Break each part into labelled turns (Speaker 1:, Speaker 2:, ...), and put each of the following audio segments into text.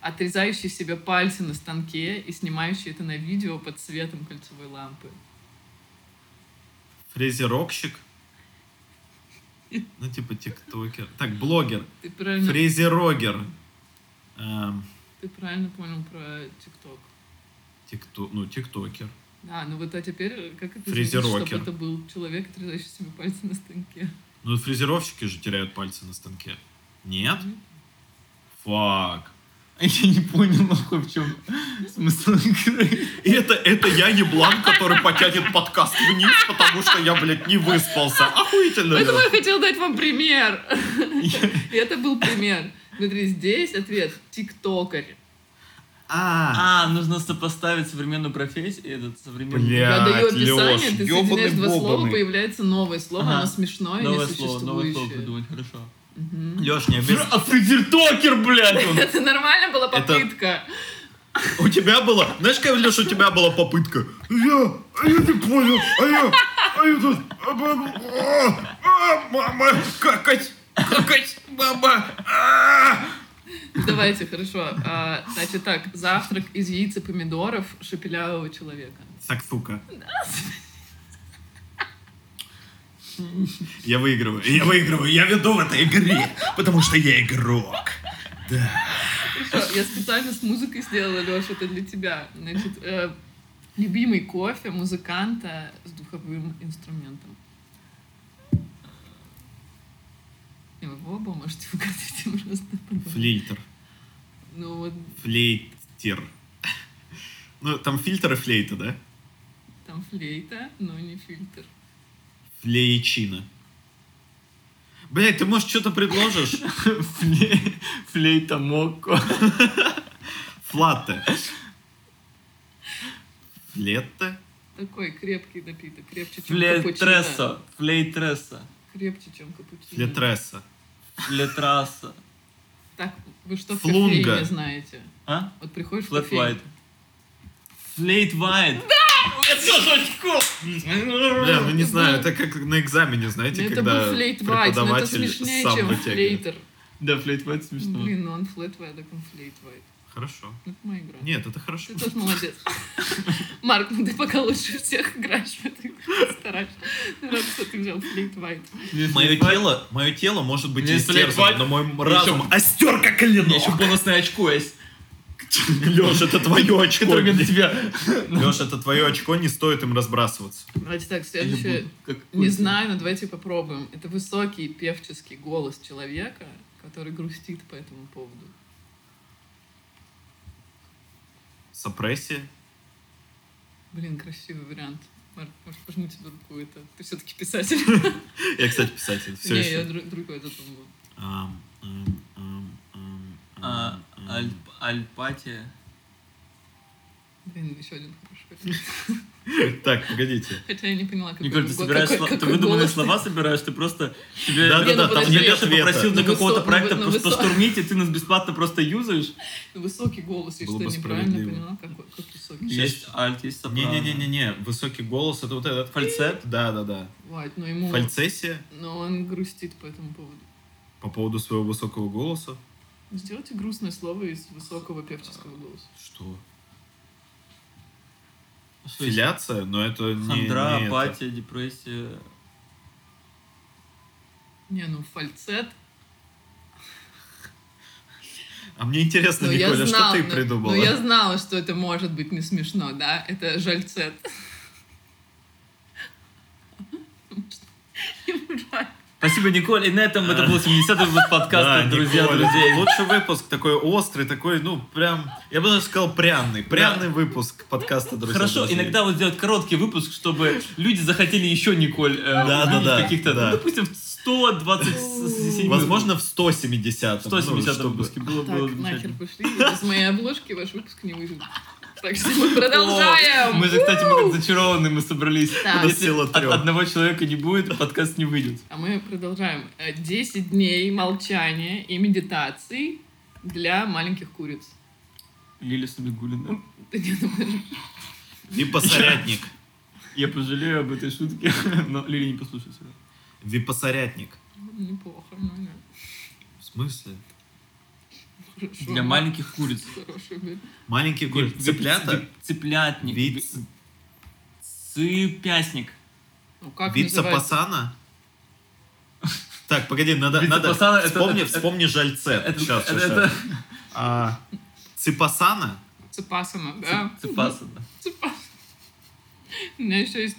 Speaker 1: отрезающий себе пальцы на станке и снимающий это на видео под светом кольцевой лампы.
Speaker 2: Фрезерокщик. Ну, типа тиктокер. Так, блогер.
Speaker 1: Ты правильно,
Speaker 2: Фрезерогер. Эм,
Speaker 1: ты правильно понял про ТикТок.
Speaker 2: тикто- Ну, тиктокер.
Speaker 1: Да, ну вот а теперь как это изменить,
Speaker 2: Фрезерокер.
Speaker 1: чтобы это был человек, отрезающий себе пальцы на станке?
Speaker 2: Ну, фрезеровщики же теряют пальцы на станке. Нет? Фак.
Speaker 3: Я не понял, нахуй, в чем смысл игры.
Speaker 2: И это, это я еблан, который потянет подкаст вниз, потому что я, блядь, не выспался. Охуительно.
Speaker 1: Поэтому
Speaker 2: Лёш.
Speaker 1: я хотел дать вам пример. И это был пример. Смотри, здесь ответ тиктокарь.
Speaker 2: А,
Speaker 3: А, нужно сопоставить современную профессию, этот современный...
Speaker 2: Бля.
Speaker 1: Я даю
Speaker 2: Блядь,
Speaker 1: описание,
Speaker 2: Лёш,
Speaker 1: ты
Speaker 2: ёбаный
Speaker 1: соединяешь два слова,
Speaker 2: бобаный.
Speaker 1: появляется новое слово,
Speaker 3: Ага.
Speaker 1: оно смешное,
Speaker 3: Новое слово, новое слово
Speaker 1: несуществующее.
Speaker 3: придумать, хорошо.
Speaker 1: Мгм.
Speaker 2: Леш, не обез-
Speaker 3: А фрезертокер, блядь, он!
Speaker 1: Это нормально была
Speaker 2: Это-
Speaker 1: попытка.
Speaker 2: У тебя было, знаешь, как, Леш, у тебя была попытка. Я, а я не понял, а я, а я тут, а, а, а, мама, какать,
Speaker 3: Ну,
Speaker 2: какать, мама. а.
Speaker 1: Давайте, хорошо. А, Значит так, завтрак из яиц и помидоров шепелявого человека.
Speaker 2: Саксука. Я выигрываю, я выигрываю, я веду в этой игре, потому что я игрок.
Speaker 1: Хорошо, я специально с музыкой сделала, Леша, это для тебя. Значит, э, любимый кофе музыканта с духовым инструментом. И вы оба можете угадать им просто.
Speaker 2: Флейтер.
Speaker 1: Ну вот
Speaker 2: Флейтер. Ну, там фильтр и флейта, да?
Speaker 1: там флейта, но не фильтр.
Speaker 2: Флеечина. Блять, ты, может, что-то предложишь?
Speaker 3: Фле- Флейта Мокко.
Speaker 2: Флатте. Флетте?
Speaker 1: Такой крепкий напиток, крепче, чем капучино.
Speaker 3: Флейтрессо. Флейтрессо.
Speaker 1: Крепче, чем капучино.
Speaker 2: Флетресса.
Speaker 3: Флетрасса.
Speaker 1: Так, вы что в
Speaker 2: Флунга.
Speaker 1: кофейне знаете?
Speaker 3: А?
Speaker 1: Вот приходишь в
Speaker 3: Флэт
Speaker 1: кофейню.
Speaker 3: Вайт. Флейт Вайт.
Speaker 2: Бля,
Speaker 3: Да!
Speaker 2: ну не знаю, это как на экзамене, знаете,
Speaker 1: Ну, это
Speaker 2: когда
Speaker 1: был флейт вайт, но это
Speaker 2: преподаватель
Speaker 1: смешнее,
Speaker 2: сам
Speaker 1: чем
Speaker 2: вытягивает.
Speaker 1: флейтер.
Speaker 3: Да, Флейт Вайт смешно.
Speaker 1: Блин, ну он флейт вайт, так он флейт вайт.
Speaker 2: Хорошо.
Speaker 1: Ну, Это моя игра.
Speaker 2: Нет, это хорошо.
Speaker 1: Ты тоже молодец. Марк, ну ты пока лучше всех играешь в эту игру, стараешься. Ну, рад, что ты взял флейт вайт.
Speaker 3: Мне
Speaker 2: Мое
Speaker 3: Флейт Вайт-
Speaker 2: тело, мое тело может быть
Speaker 3: Мне
Speaker 2: истерзано,
Speaker 3: Флейт
Speaker 2: но мой
Speaker 3: Вайт-
Speaker 2: разум остер как
Speaker 3: У меня еще
Speaker 2: клинок.
Speaker 3: бонусное очко есть.
Speaker 2: Леш, это твое очко.
Speaker 3: Которое на тебя...
Speaker 2: Леш, это твое очко, не стоит им разбрасываться.
Speaker 1: Давайте так, следующее.
Speaker 3: Как-
Speaker 1: Не знаю, но давайте попробуем. Это высокий певческий голос человека, который грустит по этому поводу.
Speaker 2: Сопрессия.
Speaker 1: Блин, красивый вариант. Марк, может, пожму тебе руку, это ты все-таки писатель.
Speaker 2: Я, кстати, писатель. Все
Speaker 1: Не,
Speaker 2: еще.
Speaker 1: я дру- другой задумал.
Speaker 2: Ам, ам, ам, ам,
Speaker 3: А,
Speaker 2: ам, ам.
Speaker 3: Альп- Альпатия.
Speaker 1: Блин, еще один хороший.
Speaker 2: Так, погодите.
Speaker 1: Хотя я не поняла, какой
Speaker 3: Николь, ты
Speaker 1: какой-
Speaker 3: собираешь
Speaker 1: какой-
Speaker 3: слова, ты
Speaker 1: какой
Speaker 3: выдуманные
Speaker 1: голос.
Speaker 3: слова собираешь, ты просто... тебе-
Speaker 2: Да,
Speaker 1: да, да, там
Speaker 3: тебе
Speaker 1: нет
Speaker 3: Леша
Speaker 2: ответа.
Speaker 3: попросил для
Speaker 1: Ну,
Speaker 3: какого-то
Speaker 1: высо-
Speaker 3: проекта
Speaker 1: ну,
Speaker 3: просто
Speaker 1: высо-
Speaker 3: штурмить, и ты нас бесплатно просто юзаешь.
Speaker 1: Высокий голос, я
Speaker 2: Было
Speaker 1: что,
Speaker 2: бы
Speaker 1: неправильно
Speaker 2: справедливо.
Speaker 1: поняла, какой, как высокий.
Speaker 3: Есть альт, есть сопрано.
Speaker 2: Не-не-не-не, высокий голос, это вот этот
Speaker 3: Фальцет?
Speaker 2: Да, да, да.
Speaker 1: Вайт, но ему...
Speaker 2: Фальцессия
Speaker 1: Но он грустит по этому поводу.
Speaker 2: по поводу своего высокого голоса.
Speaker 1: Сделайте грустное слово из высокого певческого голоса.
Speaker 2: Что?
Speaker 3: Что есть?
Speaker 2: Филяция? Но это не...
Speaker 3: Хандра,
Speaker 2: не это.
Speaker 3: апатия, депрессия.
Speaker 1: Не, ну фальцет.
Speaker 2: А мне интересно,
Speaker 3: Ну,
Speaker 1: Но я
Speaker 2: Николя, что
Speaker 1: знала,
Speaker 2: ты
Speaker 1: но-
Speaker 2: придумала?
Speaker 1: Но я знала, что это может быть не смешно, да? Это жальцет.
Speaker 3: Спасибо, Николь. И на этом это был 70-й выпуск подкаста,
Speaker 2: Да,
Speaker 3: друзья,
Speaker 2: Николя,
Speaker 3: друзей.
Speaker 2: Лучший выпуск такой острый, такой, ну, прям... Я бы даже сказал пряный. Пряный выпуск подкаста «Друзья
Speaker 3: Хорошо,
Speaker 2: друзей».
Speaker 3: иногда вот сделать короткий выпуск, чтобы люди захотели еще Николь. э,
Speaker 2: Да, да,
Speaker 3: увидеть
Speaker 2: да,
Speaker 3: Каких-то,
Speaker 2: да.
Speaker 3: ну, допустим, 127.
Speaker 2: Возможно, в ну, 170
Speaker 3: в 170 выпуске было, было
Speaker 1: Так, нахер
Speaker 3: замечательно.
Speaker 1: пошли. Без моей обложки ваш выпуск не выйдет. Так что мы продолжаем.
Speaker 3: О, Мы же, кстати, мы как зачарованы, мы собрались.
Speaker 1: Так.
Speaker 3: А, Если
Speaker 2: Сила
Speaker 3: от
Speaker 2: трёх.
Speaker 3: одного человека не будет, подкаст не выйдет.
Speaker 1: А мы продолжаем. Э, 10 дней молчания и медитаций для маленьких куриц.
Speaker 3: Лили Сабигулина.
Speaker 1: Да нет, ну, подожди.
Speaker 2: Випасарятник.
Speaker 3: Я пожалею об этой шутке, но Лили не послушает сюда.
Speaker 2: Випасарятник.
Speaker 1: Неплохо, ну, да.
Speaker 2: В смысле?
Speaker 1: Хорошо.
Speaker 3: Для маленьких куриц.
Speaker 1: Хороший выбор.
Speaker 2: Маленький куриц. Цыплята?
Speaker 3: Цыплятник.
Speaker 2: Виц.
Speaker 3: Цыпясник.
Speaker 1: Ну как
Speaker 2: Вица
Speaker 1: называется?
Speaker 2: пасана? Так, погоди, надо,
Speaker 3: Вица
Speaker 2: надо
Speaker 3: пасана это-
Speaker 2: вспомни,
Speaker 3: это-
Speaker 2: вспомни жальце.
Speaker 3: Это-
Speaker 2: Сейчас,
Speaker 3: это-
Speaker 2: сейчас,
Speaker 3: это-
Speaker 2: сейчас. А, Ципасана?
Speaker 1: Цепасана, да?
Speaker 3: Цыпасана.
Speaker 1: Цепасана. У меня еще есть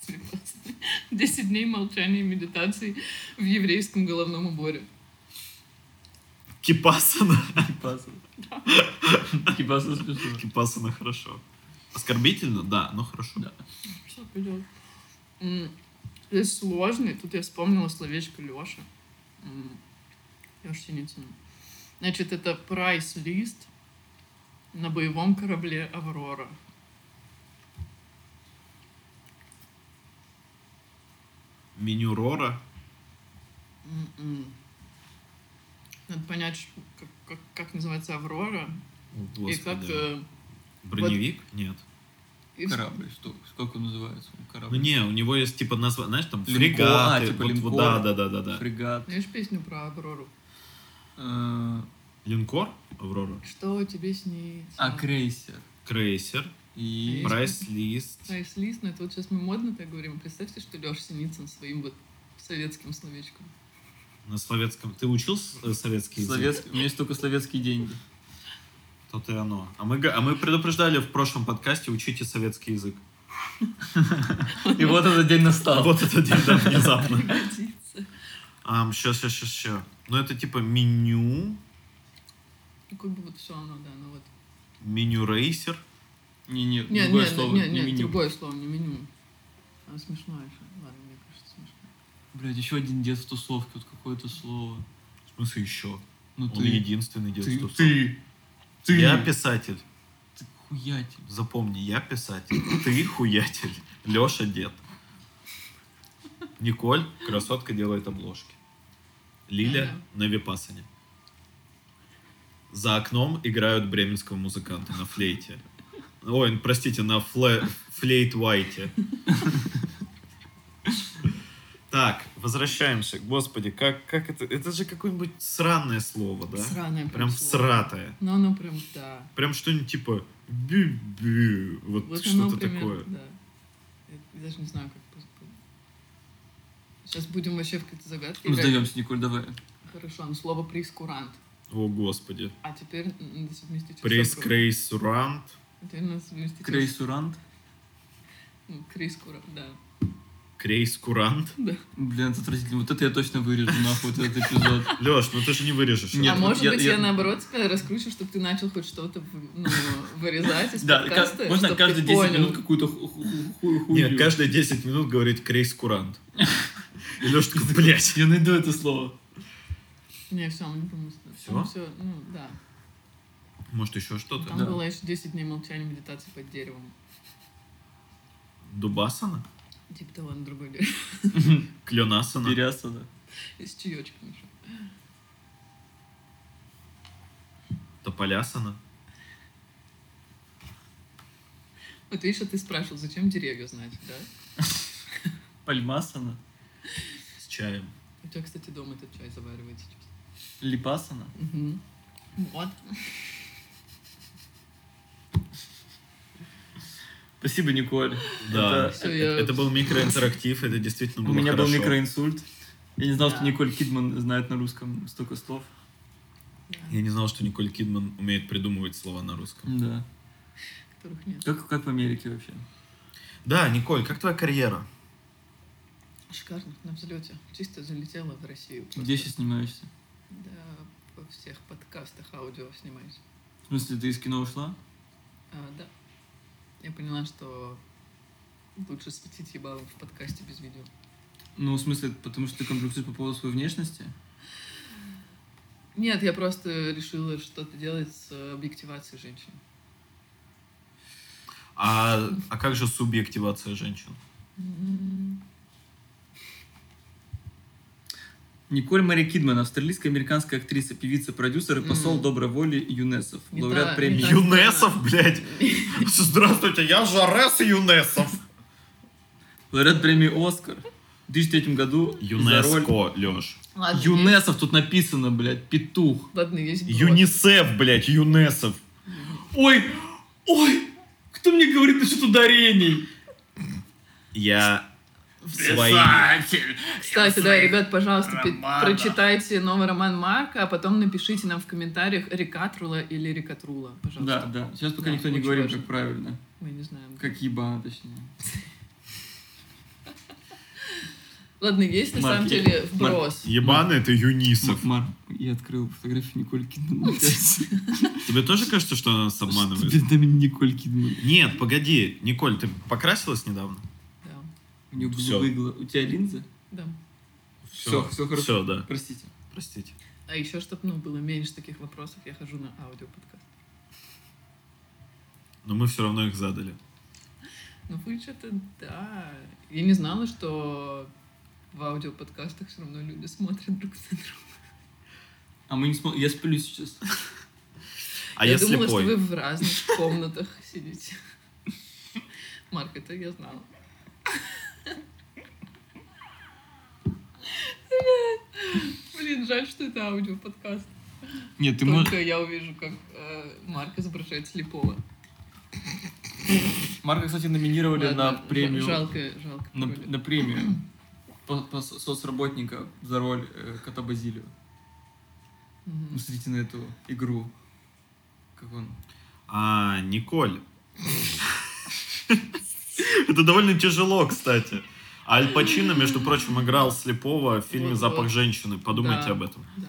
Speaker 1: цепасана. 10 дней молчания и медитации в еврейском головном уборе.
Speaker 2: Кипасана?
Speaker 3: Кипасана. Кипасана смешно.
Speaker 2: Кипасана хорошо. Оскорбительно? Да, но хорошо.
Speaker 3: Да.
Speaker 1: Что поделать? М, Здесь сложный. Тут я вспомнила словечко Леша. Леша Синицын. Значит, это прайс-лист на боевом корабле «Аврора».
Speaker 2: Меню Рора?
Speaker 1: М-м. Надо понять, ш- как, как, как называется «Аврора».
Speaker 2: Господи.
Speaker 1: И как... э,
Speaker 2: Броневик? Нет.
Speaker 1: и в-
Speaker 3: Корабль. Что, сколько называется? он,
Speaker 2: Ну
Speaker 3: Корабль.
Speaker 2: не, у него есть типа название, знаешь, там
Speaker 3: Линкор,
Speaker 2: фрегаты.
Speaker 3: а, типа
Speaker 2: вот- вот-
Speaker 3: линкор.
Speaker 2: да, да, да, да, да.
Speaker 3: Фрегат.
Speaker 1: Знаешь песню про «Аврору»?
Speaker 3: э,
Speaker 2: Линкор? Аврора.
Speaker 1: Что тебе снится?
Speaker 3: А, крейсер.
Speaker 2: Крейсер.
Speaker 3: И...
Speaker 1: Бра-
Speaker 2: Прайс-лист.
Speaker 1: Прайс-лист, но это вот сейчас мы модно так говорим. Представьте, что Леша Синицын своим вот советским словечком.
Speaker 2: На советском. Ты учил с- э, советский язык?
Speaker 3: Словец- У меня есть только словецкие деньги.
Speaker 2: То и оно. А мы, га- а мы предупреждали в прошлом подкасте «Учите советский язык».
Speaker 3: И вот этот день настал.
Speaker 2: Вот это день, да, внезапно.
Speaker 1: Пригодится.
Speaker 2: Сейчас, сейчас, сейчас, сейчас. Ну, это типа меню,
Speaker 1: Ну, как бы вот все оно, да, ну вот.
Speaker 2: меню-рейсер.
Speaker 3: Не, не,
Speaker 1: Не,
Speaker 3: другое
Speaker 1: не,
Speaker 3: слово,
Speaker 1: не,
Speaker 3: не
Speaker 1: не,
Speaker 3: меню.
Speaker 1: другое слово, не меню. А смешное еще. Ладно, мне кажется, смешно.
Speaker 3: Блядь, еще один дед в тусовке, вот какое-то слово.
Speaker 2: В смысле еще?
Speaker 3: Ну
Speaker 2: Он
Speaker 3: ты,
Speaker 2: единственный дед
Speaker 3: ты,
Speaker 2: в тусовке.
Speaker 3: ты, ты,
Speaker 2: Я писатель.
Speaker 3: ты хуятель.
Speaker 2: Запомни, я писатель. Ты хуятель. Леша дед. Николь, красотка, делает обложки. Лиля
Speaker 1: Ага.
Speaker 2: на випасане. За окном играют бременского музыканта на флейте. Ой, простите, на фле... флейт-вайте. Так, возвращаемся. Господи, как, как это... Это же какое-нибудь сраное слово, да?
Speaker 1: Сраное
Speaker 2: Прям
Speaker 1: слово.
Speaker 2: сратое.
Speaker 1: Ну, оно прям, да.
Speaker 2: Прям что-нибудь типа «бю-бю», вот,
Speaker 1: Вот оно
Speaker 2: что-то
Speaker 1: примерно,
Speaker 2: такое.
Speaker 1: да. Я даже не знаю, как... пос- Сейчас будем вообще в какие-то загадки
Speaker 3: Мы
Speaker 1: играть.
Speaker 3: сдаемся, Николь, давай.
Speaker 1: Хорошо, ну слово «прейскурант».
Speaker 2: О, господи.
Speaker 1: А теперь надо совместить... всё про-
Speaker 2: Прейс-крейс-рант.
Speaker 1: Теперь надо совместить...
Speaker 3: Крейсурант.
Speaker 1: Ну, Крейскурант, да.
Speaker 2: Крейс-курант.
Speaker 1: Да.
Speaker 3: Блин, это отвратительно. Вот это я точно вырежу, нахуй, вот этот эпизод.
Speaker 2: Леш, ну ты же не вырежешь.
Speaker 3: Нет,
Speaker 1: а
Speaker 3: вот
Speaker 1: может
Speaker 3: я-
Speaker 1: быть, я,
Speaker 3: я-
Speaker 1: наоборот тебя раскручу, чтобы ты начал хоть что-то в- ну, вырезать из
Speaker 3: Да,
Speaker 1: подкаста,
Speaker 3: ка- можно
Speaker 1: чтоб
Speaker 3: каждые
Speaker 1: ты
Speaker 3: 10
Speaker 1: понял.
Speaker 3: минут какую-то ху- ху- ху- хуйню.
Speaker 2: Нет, каждые 10 минут говорит крейс-курант. И Леша такой, блядь.
Speaker 3: Я найду это слово.
Speaker 1: Не, все, мы не помыслили.
Speaker 2: Всё?
Speaker 1: Все, ну, да.
Speaker 2: Может, еще что-то?
Speaker 1: Там
Speaker 3: Да.
Speaker 1: было еще 10 дней молчания медитации под деревом.
Speaker 2: Дубасана?
Speaker 1: Типа того на другой дерево.
Speaker 2: Кленасана?
Speaker 3: Переасана.
Speaker 1: С чаечком еще.
Speaker 2: Тополясана?
Speaker 1: Вот видишь, а ты спрашивал, зачем деревья знать, да?
Speaker 3: Пальмасана.
Speaker 2: С чаем.
Speaker 1: У тебя, кстати, дома этот чай заваривает сейчас.
Speaker 3: Липасана.
Speaker 1: Угу. Вот.
Speaker 3: Спасибо, Николь.
Speaker 2: Да. Э,
Speaker 3: Это-
Speaker 1: Всё, я-
Speaker 2: Это был микроинтерактив, это действительно
Speaker 3: У
Speaker 2: было
Speaker 3: меня был
Speaker 2: хорошо.
Speaker 3: микроинсульт. Я не знал, что
Speaker 1: Да.
Speaker 3: Николь Кидман знает на русском столько слов.
Speaker 1: Да,
Speaker 2: Я не знал, что Николь Кидман умеет придумывать слова на русском.
Speaker 3: Да.
Speaker 1: которых нет.
Speaker 3: Как, как в Америке вообще?
Speaker 2: Да, Николь, как твоя карьера?
Speaker 1: Шикарно, на взлете. Чисто залетела в Россию. просто.
Speaker 3: Где сейчас снимаешься?
Speaker 1: Да, во всех подкастах аудио снимаюсь.
Speaker 3: В смысле, ты из кино ушла?
Speaker 1: А, да. Я поняла, что лучше светить ебалом в подкасте без видео.
Speaker 3: Ну, в смысле, потому что ты комплексуешь по поводу своей внешности?
Speaker 1: Нет, я просто решила что-то делать с э, объективацией женщин.
Speaker 2: А, а как же субъективация женщин?
Speaker 1: М,
Speaker 3: Николь Мари Кидман, австралийско-американская актриса, певица, продюсер и посол
Speaker 1: Мгм.
Speaker 3: доброй воли ЮНЕСов,
Speaker 1: Не
Speaker 3: лауреат
Speaker 1: та-
Speaker 3: премии.
Speaker 1: не та-
Speaker 2: ЮНЕСов, блядь! Здравствуйте, я Жарес ЮНЕСов.
Speaker 3: Лауреат премии Оскар в 2003 году за роль
Speaker 2: ЮНЕСКО, Леш.
Speaker 1: Ладно,
Speaker 3: Юнесов тут написано, блядь, петух.
Speaker 1: есть- Ладно, есть брод.
Speaker 2: ЮНИСЕФ, блядь, ЮНЕСов.
Speaker 3: Ой, ой, кто мне говорит насчет ударений?
Speaker 2: Я свои...
Speaker 3: Писатель.
Speaker 1: Кстати,
Speaker 3: Я
Speaker 1: да,
Speaker 3: своих
Speaker 1: ребят, пожалуйста, пи-
Speaker 3: романов.
Speaker 1: прочитайте новый роман Марка, а потом напишите нам в комментариях Рекатрула или Рекатрула,
Speaker 3: Да,
Speaker 1: пожалуйста.
Speaker 3: да. Сейчас пока
Speaker 1: Да,
Speaker 3: никто не
Speaker 1: очень
Speaker 3: говорит,
Speaker 1: важно.
Speaker 3: как правильно.
Speaker 1: Мы не знаем.
Speaker 3: Как еба, точнее.
Speaker 1: Ладно, есть на
Speaker 3: Марк,
Speaker 1: самом
Speaker 3: я-
Speaker 1: деле вброс.
Speaker 2: Ебаный это ЮНИСов.
Speaker 3: Мар, я открыл фотографию Николь Кидман.
Speaker 2: Тебе тоже кажется, что она нас обманывает?
Speaker 3: Перед нами Николь Кидман.
Speaker 2: Нет, погоди, Николь, ты покрасилась недавно?
Speaker 1: Да,
Speaker 3: У нее
Speaker 2: Всё.
Speaker 3: голубые гла- У тебя линза?
Speaker 1: да.
Speaker 3: Всё, всё хорошо.
Speaker 2: Все, да.
Speaker 3: Простите.
Speaker 2: Простите.
Speaker 1: А еще, чтобы ну, было меньше таких вопросов, я хожу на аудиоподкаст.
Speaker 2: Но мы все равно их задали.
Speaker 1: Ну вы что-то, да. Я не знала, что в аудиоподкастах все равно люди смотрят друг на друга.
Speaker 3: А мы не смотрим. Я сплю сейчас.
Speaker 2: А
Speaker 1: я
Speaker 2: я,
Speaker 1: думала,
Speaker 2: слепой.
Speaker 1: что вы в разных комнатах сидите. Марк, это я знала. Блин, жаль, что это аудиоподкаст.
Speaker 3: Нет, ты
Speaker 1: Только
Speaker 3: можешь...
Speaker 1: я увижу, как э, Марк изображает слепого.
Speaker 3: Марка, кстати, номинировали
Speaker 1: Ладно,
Speaker 3: на
Speaker 1: ж-
Speaker 3: премию.
Speaker 1: Жалко, жалко.
Speaker 3: На,
Speaker 1: Коля.
Speaker 3: на премию. По, по со- соцработника за роль э, кота Базилио.
Speaker 1: Мгм.
Speaker 3: Ну, Смотрите на эту игру. Как он?
Speaker 2: А, Николь. Это довольно тяжело, кстати. А Аль Пачино, между прочим, играл слепого в фильме
Speaker 1: Вот-вот.
Speaker 2: «Запах женщины». Подумайте
Speaker 1: Да.
Speaker 2: об этом.
Speaker 1: Да.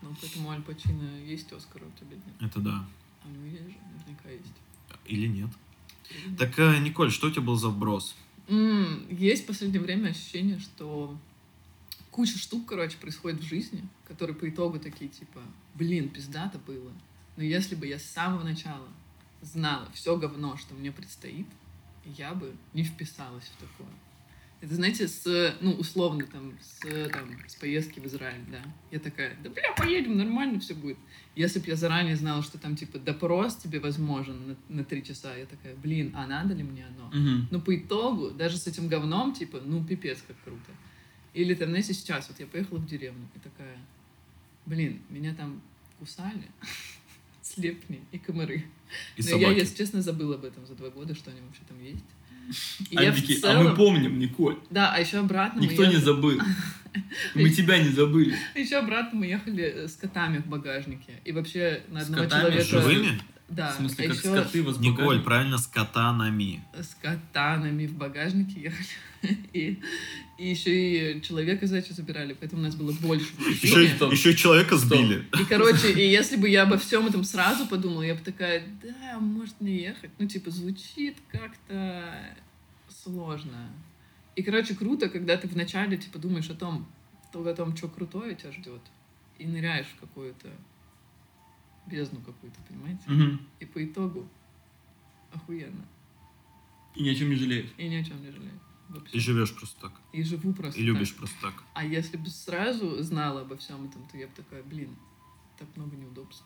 Speaker 1: Ну, поэтому Аль Пачино есть Оскар, а у тебя нет.
Speaker 2: Это да.
Speaker 1: А у меня же наверняка есть.
Speaker 2: Или нет. Так, э, Николь, что у тебя был за вброс?
Speaker 1: М, Есть в последнее время ощущение, что куча штук, короче, происходит в жизни, которые по итогу такие, типа, блин, пиздато было. Но если бы я с самого начала знала все говно, что мне предстоит, я бы не вписалась в такое. Это, знаете, с, ну, условно, там, с, там, с поездки в Израиль, да. Я такая, да бля, поедем, нормально все будет. Если бы я заранее знала, что там, типа, допрос тебе возможен на- на три часа, я такая, блин, а надо ли мне оно?
Speaker 3: Мгм.
Speaker 1: Но Ну, по итогу, даже с этим говном, типа, ну, пипец, как круто. Или там, знаете, сейчас, вот я поехала в деревню и такая, блин, меня там кусали, слепни и комары.
Speaker 2: И
Speaker 1: Но Ну, я,
Speaker 2: собаки.
Speaker 1: если честно, забыла об этом за два года, что они вообще там есть. И
Speaker 3: А
Speaker 1: я в
Speaker 3: такие, а
Speaker 1: целом-
Speaker 3: мы помним, Николь.
Speaker 1: Да, а еще обратно... мы
Speaker 3: Никто не
Speaker 1: ехали-
Speaker 3: забыл. Мы тебя не забыли.
Speaker 1: Еще обратно мы ехали э, с котами в багажнике. И вообще на
Speaker 3: С
Speaker 1: одного
Speaker 3: котами?
Speaker 1: человека...
Speaker 2: Живыми?
Speaker 1: Да.
Speaker 3: В смысле,
Speaker 1: а
Speaker 3: как
Speaker 1: еще
Speaker 3: скоты вас
Speaker 2: Николь,
Speaker 3: багажник.
Speaker 2: правильно, с катанами.
Speaker 1: с катанами в багажнике ехали. И, и еще и человека за забирали, поэтому нас было больше. в машине.
Speaker 2: Еще,
Speaker 3: Стоп.
Speaker 2: еще и человека
Speaker 3: Стоп.
Speaker 2: сбили.
Speaker 1: И, короче, и если бы я обо всем этом сразу подумала, я бы такая, да, может не ехать. Ну, типа, звучит как-то сложно. И, короче, круто, когда ты вначале, типа, думаешь о том, только о том, что крутое тебя ждет, и ныряешь в какую-то бездну какую-то, понимаете?
Speaker 3: Мгм.
Speaker 1: И по итогу охуенно.
Speaker 3: И ни о чем не жалеешь.
Speaker 1: И ни о чем не жалею. Вообще.
Speaker 2: И живешь просто так.
Speaker 1: И живу просто
Speaker 2: И любишь
Speaker 1: так.
Speaker 2: просто так.
Speaker 1: А если бы сразу знала обо всем этом, то я бы такая, блин, так много неудобств.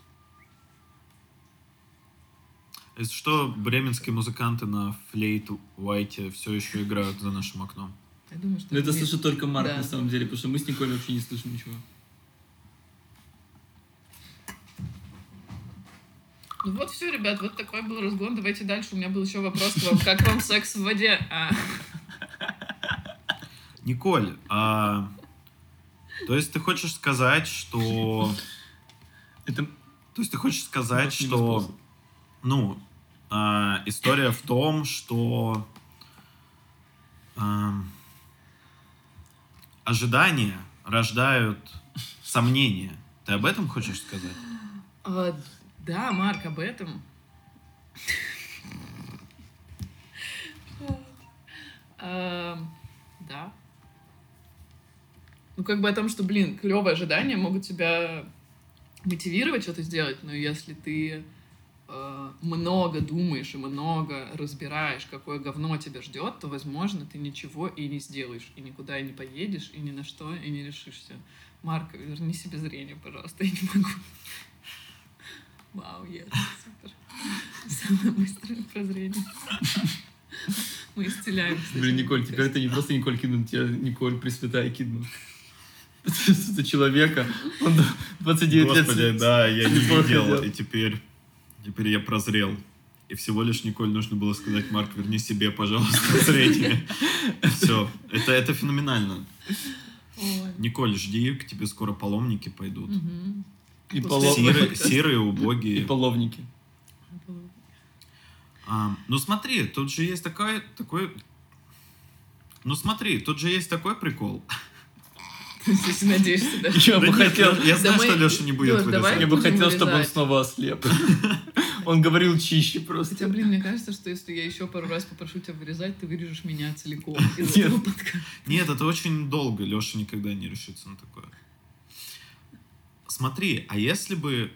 Speaker 2: Если Э, что, бременские музыканты на флейт Уайте все еще играют за нашим окном.
Speaker 1: Я думаю, что...
Speaker 3: Но
Speaker 2: Ну,
Speaker 3: это
Speaker 1: мне-
Speaker 3: слышит только Марк,
Speaker 1: Да.
Speaker 3: на самом деле, потому что мы с Николь вообще не слышим ничего.
Speaker 1: Ну вот все, ребят, вот такой был разгон. Давайте дальше. У меня был еще вопрос к вам. Как вам секс в воде? А,
Speaker 2: Николь, а, то есть ты хочешь сказать, что...
Speaker 3: Это
Speaker 2: То есть ты хочешь сказать,
Speaker 3: Просто не
Speaker 2: что...
Speaker 3: воспользовался.
Speaker 2: Ну, а, история в том, что... ам, ожидания рождают сомнения. Ты об этом хочешь сказать?
Speaker 1: а, да, Марк, об этом. А, Да. Ну, как бы о том, что, блин, клевые ожидания могут тебя мотивировать что-то сделать, но если ты э, много думаешь и много разбираешь, какое говно тебя ждет, то, возможно, ты ничего и не сделаешь, и никуда и не поедешь, и ни на что и не решишься. Марк, верни себе зрение, пожалуйста, я не могу. Вау, я супер. Самое быстрое прозрение. Мы исцеляем.
Speaker 3: Блин, Николь, теперь это не просто Николь Кидман, тебя Николь Пресвятая Кидман. за человека. Он 29
Speaker 2: Господи,
Speaker 3: лет.
Speaker 2: да, я не
Speaker 3: неплохо
Speaker 2: видел,
Speaker 3: делал.
Speaker 2: и теперь, теперь я прозрел. И всего лишь, Николь, нужно было сказать, Марк, верни себе, пожалуйста, среднее. Все, это, это феноменально.
Speaker 1: Ой.
Speaker 2: Николь, жди, к тебе скоро паломники пойдут.
Speaker 1: Мгм. После
Speaker 3: И, поло-
Speaker 2: Серые,
Speaker 1: Паломники.
Speaker 2: серые,
Speaker 3: и
Speaker 2: убогие.
Speaker 3: половники.
Speaker 2: А, ну смотри, тут же есть такая, такой... Ну смотри, тут же есть такой прикол.
Speaker 1: Если надеешься, да.
Speaker 3: Я
Speaker 2: Да
Speaker 3: бы
Speaker 2: нет,
Speaker 3: хотел...
Speaker 2: я- я знаю,
Speaker 1: мы-
Speaker 2: что Леша не будет
Speaker 1: Лёш, давай.
Speaker 2: вылезать.
Speaker 3: Я бы
Speaker 1: Будем
Speaker 3: хотел, чтобы он
Speaker 1: вырезать.
Speaker 3: снова ослеп. Он говорил чище
Speaker 1: Хотя,
Speaker 3: просто.
Speaker 1: блин, мне кажется, что если я еще пару раз попрошу тебя вырезать, ты вырежешь меня целиком из
Speaker 3: Нет.
Speaker 1: этого подкаста.
Speaker 2: Нет, это очень долго. Леша никогда не решится на такое. Смотри, а если бы...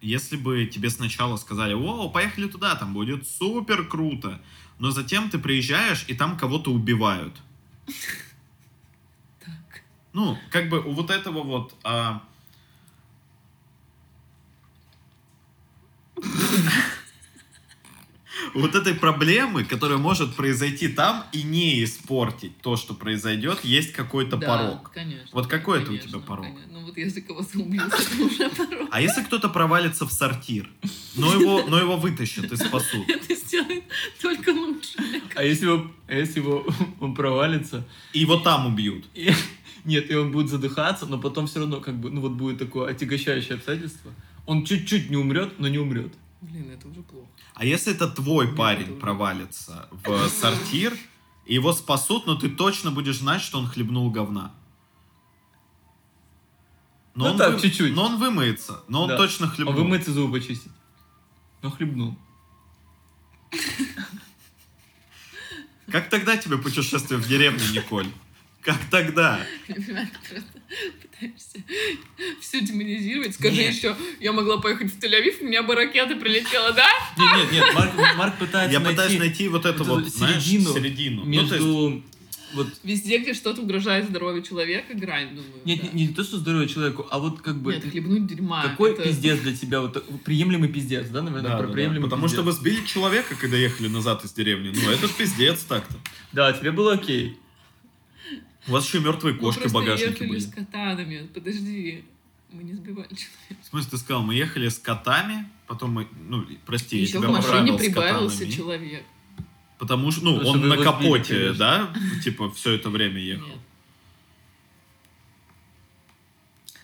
Speaker 2: Если бы тебе сначала сказали, о, поехали туда, там будет супер круто, но затем ты приезжаешь, и там кого-то убивают.
Speaker 1: Так.
Speaker 2: Ну, как бы у вот этого вот... а, Вот этой проблемы, которая может произойти там и не испортить то, что произойдет, есть какой-то
Speaker 1: Да,
Speaker 2: порог.
Speaker 1: конечно.
Speaker 2: Вот какой это у
Speaker 1: конечно,
Speaker 2: тебя порог?
Speaker 1: конечно. Ну вот если кого-то убьют, это уже порог.
Speaker 2: А если кто-то провалится в сортир, но его, но его вытащат и спасут?
Speaker 1: Это сделает только лучше.
Speaker 3: А если его, а если его он провалится,
Speaker 2: И его там убьют.
Speaker 3: и- нет, и он будет задыхаться, но потом все равно как бы, ну вот будет такое отягощающее обстоятельство. Он чуть-чуть не умрет, но не умрет.
Speaker 1: Блин, это уже плохо.
Speaker 2: А если это твой
Speaker 1: Нет, это
Speaker 2: парень
Speaker 1: уже-
Speaker 2: провалится в сортир, и его спасут, но ты точно будешь знать, что он хлебнул говна.
Speaker 3: Ну
Speaker 2: он
Speaker 3: так,
Speaker 2: вы-
Speaker 3: чуть-чуть.
Speaker 2: Но он вымоется. Но он
Speaker 3: Да.
Speaker 2: точно
Speaker 3: А
Speaker 2: хлебнул.
Speaker 3: вымыться зубы чистить. Но хлебнул.
Speaker 2: Как тогда тебе путешествие в деревню, Николь? Как тогда?
Speaker 1: Ребята, просто пытаешься все демонизировать. Скажи
Speaker 2: Нет.
Speaker 1: еще, я могла поехать в Тель-Авив, у меня бы ракета прилетела, да?
Speaker 3: Нет, нет, нет, Марк, Марк пытается
Speaker 2: Я
Speaker 3: найти
Speaker 2: пытаюсь найти вот эту
Speaker 3: вот
Speaker 2: вот,
Speaker 3: эту
Speaker 2: знаешь,
Speaker 3: середину
Speaker 2: середину. Ну, то
Speaker 3: между...
Speaker 2: есть,
Speaker 3: Вот
Speaker 1: Везде, где что-то угрожает здоровью человека, грань, думаю.
Speaker 3: Нет,
Speaker 1: да.
Speaker 3: не, не то, что здоровье человеку, а вот как бы...
Speaker 1: Нет, хлебнуть дерьма.
Speaker 3: какой
Speaker 1: А, это-
Speaker 3: пиздец для тебя? Вот так- приемлемый пиздец, да,
Speaker 2: да,
Speaker 3: наверное?
Speaker 2: да,
Speaker 3: про
Speaker 2: да.
Speaker 3: приемлемый
Speaker 2: Потому
Speaker 3: пиздец.
Speaker 2: что вы сбили человека, когда ехали назад из деревни. Ну, это пиздец так-то.
Speaker 3: Да, тебе было окей.
Speaker 2: У вас еще и мертвые
Speaker 1: Мы
Speaker 2: кошки в
Speaker 1: Ну, просто
Speaker 2: багажнике
Speaker 1: ехали
Speaker 2: были.
Speaker 1: с катанами. Подожди, мы не сбивали человека.
Speaker 2: В смысле, ты сказал, мы ехали с котами, потом мы, ну, прости,
Speaker 1: Еще
Speaker 2: я
Speaker 1: в
Speaker 2: тебя поправил
Speaker 1: машине
Speaker 2: с
Speaker 1: прибавился
Speaker 2: котами.
Speaker 1: человек.
Speaker 2: Потому что, ну,
Speaker 3: Потому что
Speaker 2: он
Speaker 3: вы
Speaker 2: на
Speaker 3: его сбили,
Speaker 2: капоте, да, типа, все это время ехал.
Speaker 1: Нет.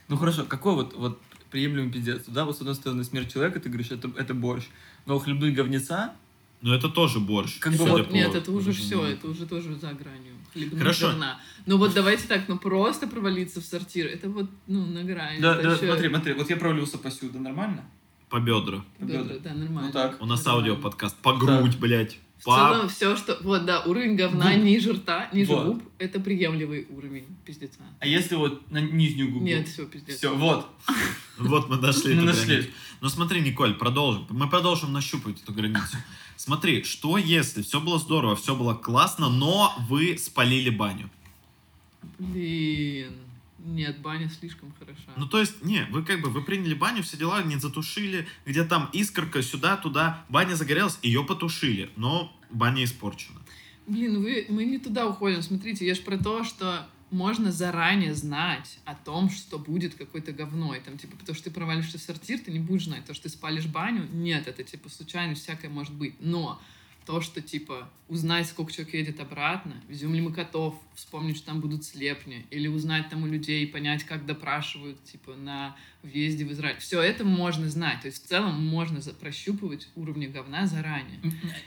Speaker 3: Ну хорошо, какой вот, вот приемлемый пиздец? Да, вот с одной стороны смерть человека, ты говоришь, это, это борщ. Но хлебнуть говнеца,
Speaker 2: Но это тоже борщ.
Speaker 3: Как бы
Speaker 2: судя
Speaker 3: вот-
Speaker 2: по
Speaker 1: Нет, это уже все,
Speaker 2: выражению.
Speaker 1: это уже тоже за гранью. Хлебнуть
Speaker 2: Хорошо.
Speaker 1: зерна. Ну вот давайте так, ну просто провалиться в сортир, это вот, ну, на грани.
Speaker 3: Да,
Speaker 1: Это
Speaker 3: да,
Speaker 1: ещё-
Speaker 3: смотри, смотри, вот я провалился посюда, нормально?
Speaker 2: По бедра.
Speaker 1: Да,
Speaker 3: бедра.
Speaker 1: да, да, нормально.
Speaker 3: Ну так.
Speaker 2: У нас
Speaker 1: Нормально.
Speaker 2: аудиоподкаст. По грудь, блядь.
Speaker 1: В
Speaker 2: По...
Speaker 1: целом все, что... Вот, да, уровень говна
Speaker 3: Губ.
Speaker 1: ниже рта, ниже
Speaker 3: Вот.
Speaker 1: губ, это приемлемый уровень пиздеца.
Speaker 3: А если вот на нижнюю губу?
Speaker 1: Нет, все, пиздец.
Speaker 3: Все, вот.
Speaker 2: Вот мы нашли
Speaker 3: Мы
Speaker 2: эту
Speaker 3: нашли.
Speaker 2: границу. Ну смотри, Николь, продолжим. Мы продолжим нащупывать эту границу. Смотри, что если все было здорово, все было классно, но вы спалили баню?
Speaker 1: Блин. Нет, баня слишком хороша.
Speaker 2: Ну, то есть, не, вы как бы, вы приняли баню, все дела, не затушили, где там искорка сюда, туда, баня загорелась, ее потушили, но баня испорчена.
Speaker 1: Блин, вы, мы не туда уходим. Смотрите, я же про то, что можно заранее знать о том, что будет какое-то говно. И там, типа, потому что ты провалишься в сортир, ты не будешь знать. То, что ты спалишь баню, нет, это, типа, случайность всякое может быть. Но то, что, типа, узнать, сколько человек едет обратно, везем ли мы котов, вспомнить, что там будут слепни, или узнать там у людей, понять, как допрашивают, типа, на въезде в Израиль. Все это можно знать. То есть, в целом, можно за- прощупывать уровни говна заранее.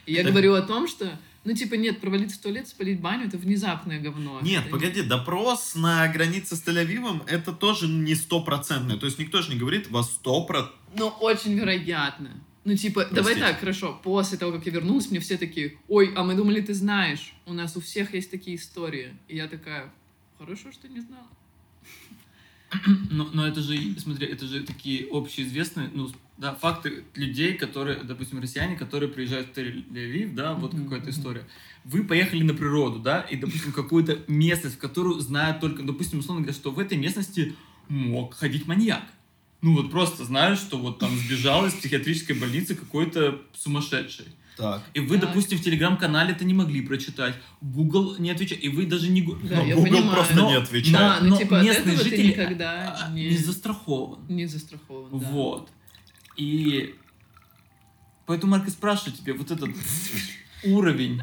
Speaker 1: И я
Speaker 2: Так.
Speaker 1: говорю о том, что, ну, типа, нет, провалиться в туалет, спалить баню — это внезапное говно.
Speaker 2: Нет,
Speaker 1: Это
Speaker 2: погоди, допрос на границе с Тель-Авивом, это тоже не стопроцентное, то есть никто же не говорит, во сто про-
Speaker 1: не- Ну, очень вероятно. Ну, типа, давай
Speaker 2: Простите.
Speaker 1: так, хорошо, после того, как я вернулась, мне все такие, ой, а мы думали, ты знаешь, у нас у всех есть такие истории. И я такая, хорошо, что не знала.
Speaker 3: Но, но это же, смотри, это же такие общеизвестные, ну, да, факты людей, которые, допустим, россияне, которые приезжают в Тель-Авив, да, вот
Speaker 1: Мгм,
Speaker 3: какая-то
Speaker 1: мгм.
Speaker 3: история. Вы поехали на природу, да, и, допустим, какую-то местность, в которую знают только, допустим, условно говоря, что в этой местности мог ходить маньяк. Ну, вот просто знаю, что вот там сбежал из психиатрической больницы какой-то сумасшедший.
Speaker 2: Так.
Speaker 3: И вы,
Speaker 1: Так.
Speaker 3: допустим, в телеграм-канале это не могли прочитать. Google не отвечает. И вы даже не... гу-
Speaker 1: Да,
Speaker 2: Но
Speaker 1: я
Speaker 2: Google
Speaker 1: понимаю.
Speaker 2: просто
Speaker 1: Но-
Speaker 2: не отвечает.
Speaker 3: Да,
Speaker 1: А, ну
Speaker 3: но
Speaker 1: типа от
Speaker 3: местные
Speaker 1: этого ты
Speaker 3: жители,
Speaker 1: никогда
Speaker 3: а,
Speaker 1: не,
Speaker 3: не застрахован.
Speaker 1: не застрахован. да.
Speaker 3: Вот. И поэтому Марк и спрашивает тебя вот этот уровень.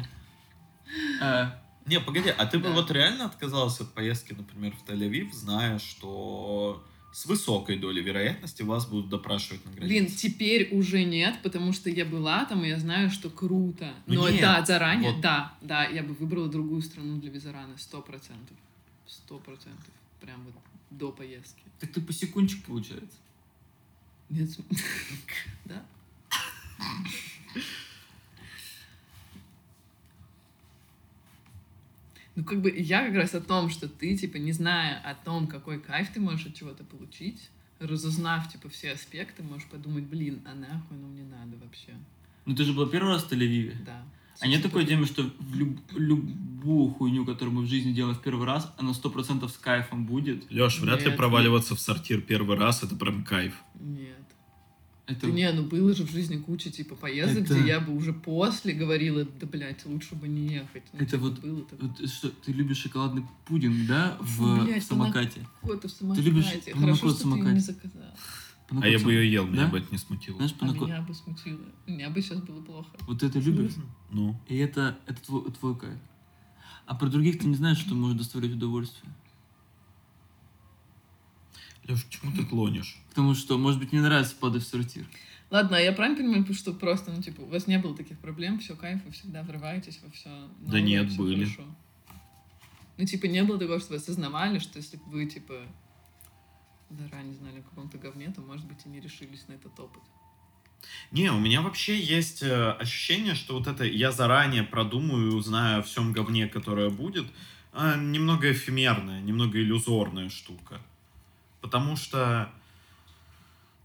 Speaker 3: э,
Speaker 2: Не, погоди, а ты бы
Speaker 1: Да.
Speaker 2: вот реально отказалась от поездки, например, в Тель-Авив, зная, что с высокой долей вероятности вас будут допрашивать на границе?
Speaker 1: Блин, теперь уже нет, потому что я была там, и я знаю, что круто.
Speaker 2: Ну
Speaker 1: Но
Speaker 2: нет,
Speaker 1: да, заранее,
Speaker 2: вот.
Speaker 1: да, да, я бы выбрала другую страну для визарана, сто процентов. Сто процентов. Прям вот до поездки.
Speaker 3: Так ты по секундчик получается.
Speaker 1: Нет, см- да. Ну, как бы я как раз о том, что ты, типа, не зная о том, какой кайф ты можешь от чего-то получить, разузнав, типа, все аспекты, можешь подумать, блин, а нахуй нам не надо вообще.
Speaker 3: Ну ты же был первый раз в Тель-Авиве.
Speaker 1: Да.
Speaker 3: А нет такой
Speaker 1: Собственно,
Speaker 3: темы, что в люб- любую хуйню, которую мы в жизни делаем в первый раз, она сто процентов с кайфом будет.
Speaker 2: Леш, вряд ли
Speaker 1: Нет.
Speaker 2: проваливаться в сортир первый раз, это прям кайф.
Speaker 1: Нет.
Speaker 3: Это
Speaker 1: Да не, ну было же в жизни куча типа поездок,
Speaker 3: Это-
Speaker 1: где я бы уже после говорила, да, блядь, лучше бы не ехать. Ну,
Speaker 3: Это
Speaker 1: типа,
Speaker 3: вот-
Speaker 1: было такое.
Speaker 3: вот что, ты любишь шоколадный пудинг, да, в
Speaker 1: Блядь,
Speaker 3: самокате?
Speaker 1: Какое-то в
Speaker 3: Ты любишь
Speaker 1: самокате.
Speaker 3: молоко
Speaker 1: Хорошо,
Speaker 3: в
Speaker 1: что ты его
Speaker 3: самокате?
Speaker 1: не заказала.
Speaker 2: А я бы ее ел, меня
Speaker 3: Ну, Да?
Speaker 2: бы это не смутило.
Speaker 3: Знаешь,
Speaker 1: А
Speaker 3: панакот-
Speaker 1: меня бы смутило. Меня бы сейчас было плохо.
Speaker 3: Вот ты это любишь?
Speaker 2: Ну,
Speaker 3: И это, это твой, твой кайф. А про других ты не знаешь, что может доставлять удовольствие.
Speaker 2: Леш, к чему ты клонишь?
Speaker 3: Потому что, может быть, не нравится падать в сортир.
Speaker 1: Ладно, а я правильно понимаю, что просто, ну, типа, у вас не было таких проблем, все кайф, вы всегда врываетесь во все.
Speaker 2: нет, были.
Speaker 1: Ну, типа, не было такого, что вы осознавали, что если бы вы, типа, заранее знали о каком-то говне, то, может быть, и не решились на этот опыт.
Speaker 2: Не, у меня вообще есть э, ощущение, что вот это я заранее продумаю, знаю о всем говне, которое будет, а, немного эфемерная, немного иллюзорная штука. Потому что...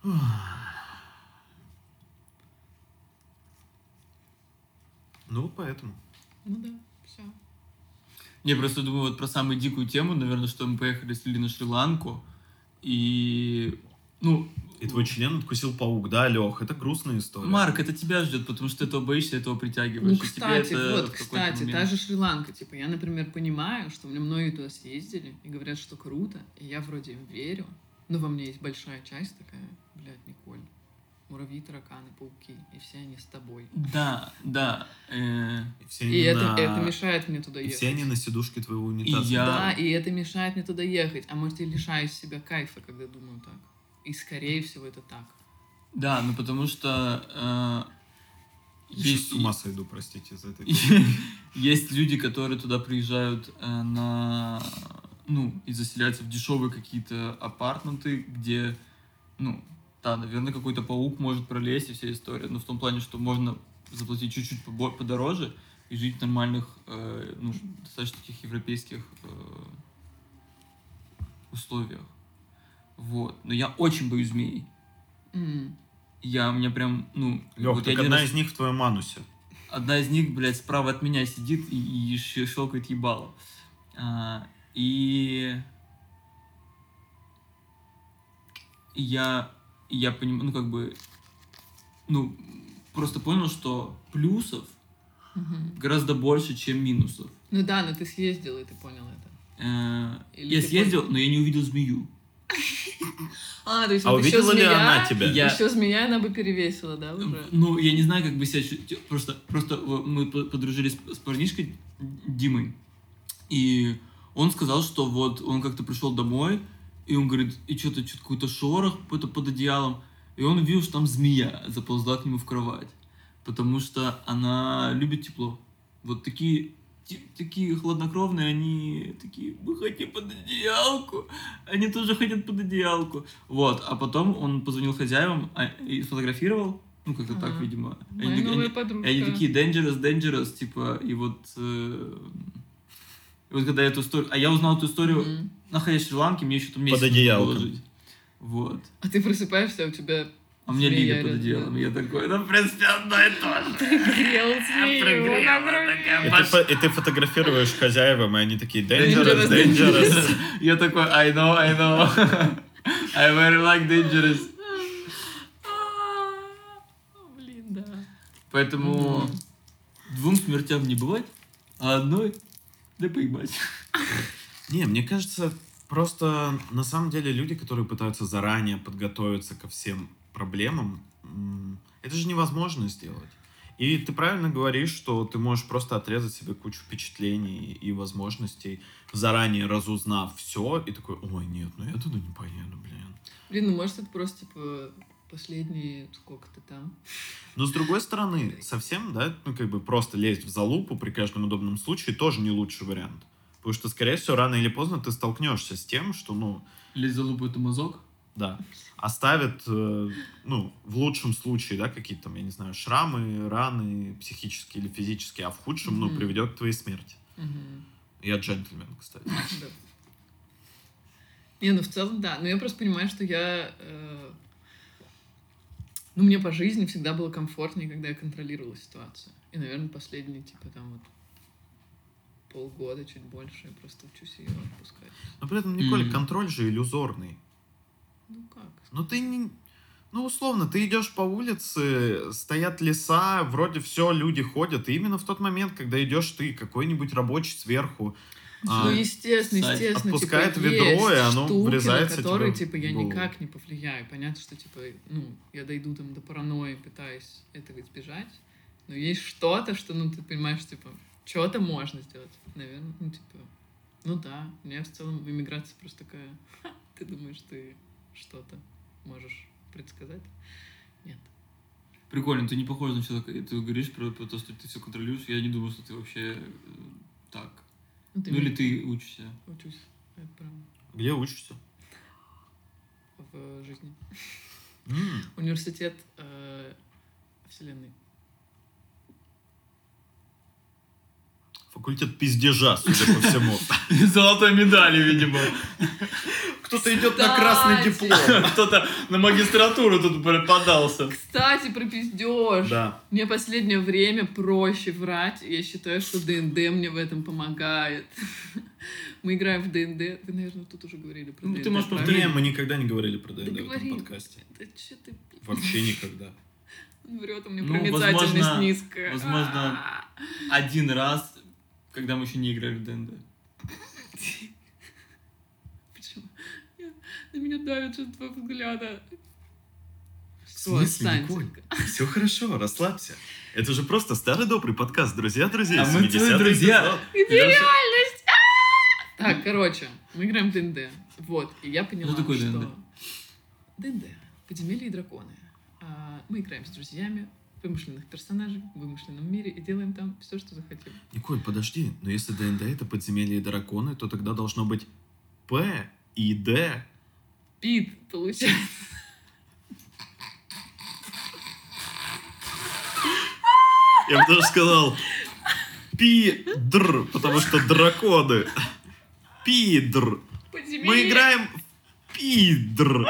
Speaker 2: ух. Ну, вот поэтому.
Speaker 1: Ну да, все.
Speaker 3: Я просто думаю вот про самую дикую тему, наверное, что мы поехали с Лили на Шри-Ланку. И, ну,
Speaker 2: И твой член откусил паук, да, Лех? Это грустная история.
Speaker 3: Марк, это тебя ждет, потому что ты этого боишься, этого притягиваешь.
Speaker 1: Ну,
Speaker 3: И тебе
Speaker 1: кстати,
Speaker 3: это
Speaker 1: вот,
Speaker 3: в какой-то
Speaker 1: кстати,
Speaker 3: момент-
Speaker 1: та же Шри-Ланка, типа, я, например, понимаю, что мне многие туда съездили и говорят, что круто, и я вроде им верю, но во мне есть большая часть такая, блядь, Николь, муравьи, тараканы, пауки, и все они с тобой.
Speaker 3: Да, да. э,
Speaker 2: И все они
Speaker 1: И это,
Speaker 2: на-
Speaker 1: это мешает мне туда
Speaker 2: и
Speaker 1: ехать.
Speaker 2: все они на сидушке твоего унитаза.
Speaker 3: я-
Speaker 1: Да, и это мешает мне туда ехать. А может, я лишаюсь себя кайфа, когда думаю так. И, скорее всего, это так.
Speaker 3: да, ну потому что... э,
Speaker 2: Я сейчас с ума сойду, простите, за это.
Speaker 3: Есть люди, которые туда приезжают э, на... Ну, и заселяются в дешевые какие-то апартменты, где, ну, да, наверное, какой-то паук может пролезть и вся история. Но в том плане, что можно заплатить чуть-чуть побо- подороже и жить в нормальных, э, ну, достаточно таких европейских э, условиях. Вот. Но я очень боюсь змей.
Speaker 1: М.
Speaker 3: Я, у меня прям, ну...
Speaker 2: Лех,
Speaker 3: вот я
Speaker 2: так
Speaker 3: один
Speaker 2: одна
Speaker 3: раз-
Speaker 2: из них в твоем анусе.
Speaker 3: Одна из них, блядь, справа от меня сидит и, и щ- щелкает ебало. А, и... и Я... и Я понимаю, ну как бы... Ну, просто понял, что плюсов
Speaker 1: Мгм.
Speaker 3: гораздо больше, чем минусов.
Speaker 1: Ну да, но ты съездил, и ты понял это.
Speaker 3: Э,
Speaker 1: Или
Speaker 3: я
Speaker 1: ты
Speaker 3: съездил, но я не увидел змею.
Speaker 1: А, то есть
Speaker 2: А
Speaker 1: вот еще
Speaker 2: увидела ли
Speaker 1: змея,
Speaker 2: она тебя?
Speaker 3: Я-
Speaker 1: Еще змея она бы перевесила, да, уже?
Speaker 3: Ну, я не знаю, как бы себя чу- Просто, просто в- мы п- подружились с парнишкой Димой, и он сказал, что вот он как-то пришел домой, и он говорит, и что-то, что-то какой-то шорох какой-то под одеялом, и он увидел, что там змея заползла к нему в кровать, потому что она любит тепло. Вот такие те- такие хладнокровные, они такие, мы хотим под одеялку, они тоже хотят под одеялку. Вот, а потом он позвонил хозяевам а, и сфотографировал, ну как-то так,
Speaker 1: Ага.
Speaker 3: видимо. Они,
Speaker 1: Моя
Speaker 3: таки-
Speaker 1: новая
Speaker 3: они-
Speaker 1: подружка.
Speaker 3: они такие dangerous, dangerous, типа, и вот... э, и вот когда я эту историю... А я узнал эту историю,
Speaker 1: Мгм.
Speaker 3: находясь в Шри-Ланке, мне еще там месяц нужно
Speaker 2: одеялком.
Speaker 3: было жить. Вот.
Speaker 1: А ты просыпаешься, а у тебя
Speaker 3: А мне
Speaker 1: Змея
Speaker 3: Лиля под
Speaker 1: рядом.
Speaker 3: одеялом, и я такой, ну, в принципе, одно и то же.
Speaker 1: пригрел змею.
Speaker 3: А Прогрела
Speaker 1: она прям-
Speaker 3: такая,
Speaker 2: И ты,
Speaker 3: пошла.
Speaker 2: фо- и ты фотографируешь хозяевам, и они такие
Speaker 1: Dangerous,
Speaker 2: dangerous, dangerous.
Speaker 3: Я такой, I know, I know. I very like dangerous.
Speaker 1: А, Блин, да.
Speaker 3: Поэтому двум смертям не бывать, а одной да поебать.
Speaker 2: Не, мне кажется, просто на самом деле люди, которые пытаются заранее подготовиться ко всем проблемам, м, это же невозможно сделать. И ты правильно говоришь, что ты можешь просто отрезать себе кучу впечатлений и возможностей, заранее разузнав все, и такой, ой, нет, ну я туда не поеду, блин.
Speaker 1: Блин, ну может это просто типа последние сколько-то там.
Speaker 2: Но с другой стороны, совсем, да, ну как бы просто лезть в залупу при каждом удобном случае тоже не лучший вариант. Потому что, скорее всего, рано или поздно ты столкнешься с тем, что, ну,
Speaker 3: Лезь за лупу это мазок.
Speaker 2: да, оставят, э, ну, в лучшем случае, да, какие-то там, я не знаю, шрамы, раны психические или физические, а в худшем, ну,
Speaker 1: Мгм.
Speaker 2: приведет к твоей смерти.
Speaker 1: Мгм.
Speaker 2: Я джентльмен, кстати.
Speaker 1: Да. Не, ну в целом, да. Но я просто понимаю, что я... э, ну, мне по жизни всегда было комфортнее, когда я контролировала ситуацию. И, наверное, последние, типа, там вот полгода, чуть больше, я просто учусь ее отпускать.
Speaker 2: Но при этом, Николь,
Speaker 3: Мгм.
Speaker 2: контроль же иллюзорный.
Speaker 1: Ну как?
Speaker 2: Ну ты не... Ну, условно, ты идешь по улице, стоят леса, вроде все, люди ходят. И именно в тот момент, когда идешь ты, какой-нибудь рабочий сверху. а,
Speaker 1: ну, естественно,
Speaker 3: Сань,
Speaker 1: естественно.
Speaker 2: отпускает
Speaker 1: типа,
Speaker 2: ведро, и
Speaker 1: есть
Speaker 2: оно
Speaker 1: штуки,
Speaker 2: врезается
Speaker 1: на которые,
Speaker 2: тебе в
Speaker 1: типа, я
Speaker 2: голову.
Speaker 1: никак не повлияю. Понятно, что, типа, ну, я дойду там до паранойи, пытаюсь этого избежать. Но есть что-то, что, ну, ты понимаешь, типа, что-то можно сделать. Наверное, ну, типа, ну да. У меня в целом иммиграция просто такая, «Ха, ты думаешь, ты что-то можешь предсказать? Нет.
Speaker 3: Прикольно, ты не похож на человека. И Ты говоришь про, про то, что ты все контролируешь. Я не думал, что ты вообще э, так.
Speaker 1: Ну, ты
Speaker 3: Ну или
Speaker 1: мне-
Speaker 3: ты учишься.
Speaker 1: учусь. Это прям
Speaker 2: Где учишься?
Speaker 1: в жизни.
Speaker 2: М,
Speaker 1: Университет э, Вселенной.
Speaker 2: Факультет пиздежа, судя по всему.
Speaker 3: Золотой медали, видимо.
Speaker 2: Кто-то идет
Speaker 1: на красный Кстати. диплом.
Speaker 3: Кто-то на магистратуру тут подался.
Speaker 1: Кстати, про пиздеж.
Speaker 2: Да.
Speaker 1: Мне последнее время проще врать. и Я считаю, что ДНД мне в этом помогает. Мы играем в ДНД. Вы, наверное, тут уже говорили про
Speaker 3: Ну,
Speaker 1: ДНД.
Speaker 3: ты можешь
Speaker 1: правильно?
Speaker 3: повторить.
Speaker 2: Не, мы никогда не говорили про ДНД в этом
Speaker 1: говори.
Speaker 2: подкасте.
Speaker 1: Да чё ты... пи-
Speaker 2: Вообще никогда.
Speaker 1: Он врет, у меня
Speaker 3: Ну,
Speaker 1: проницательность
Speaker 3: возможно-
Speaker 1: низкая. А,
Speaker 3: возможно.
Speaker 1: А-а-а.
Speaker 3: Один раз, когда мы еще не играли в ДНД.
Speaker 1: Почему? Я- На меня давит чувство взгляда. Всё,
Speaker 2: смысле,
Speaker 1: отстаньте.
Speaker 2: Николь? Все хорошо, расслабься. Это же просто старый добрый подкаст, друзья, друзья.
Speaker 3: А мы твои
Speaker 2: 70-й
Speaker 3: друзья.
Speaker 2: эпизод.
Speaker 1: Где
Speaker 3: Лёша-
Speaker 1: реальность? А! Так, короче, мы играем в ДНД. Вот, и я поняла,
Speaker 3: Что такое
Speaker 1: что...
Speaker 3: ДНД?
Speaker 1: ДНД. Подземелье и драконы. А, Мы играем с друзьями, вымышленных персонажей, в вымышленном мире, и делаем там все, что захотим.
Speaker 2: Николь, подожди, но если ДНД это подземелье и драконы, то тогда должно быть П и Д.
Speaker 1: Пит, получается.
Speaker 2: Я бы даже сказал пидр, потому что драконы. Пидр.
Speaker 1: Подземелье.
Speaker 2: Мы играем в пидр.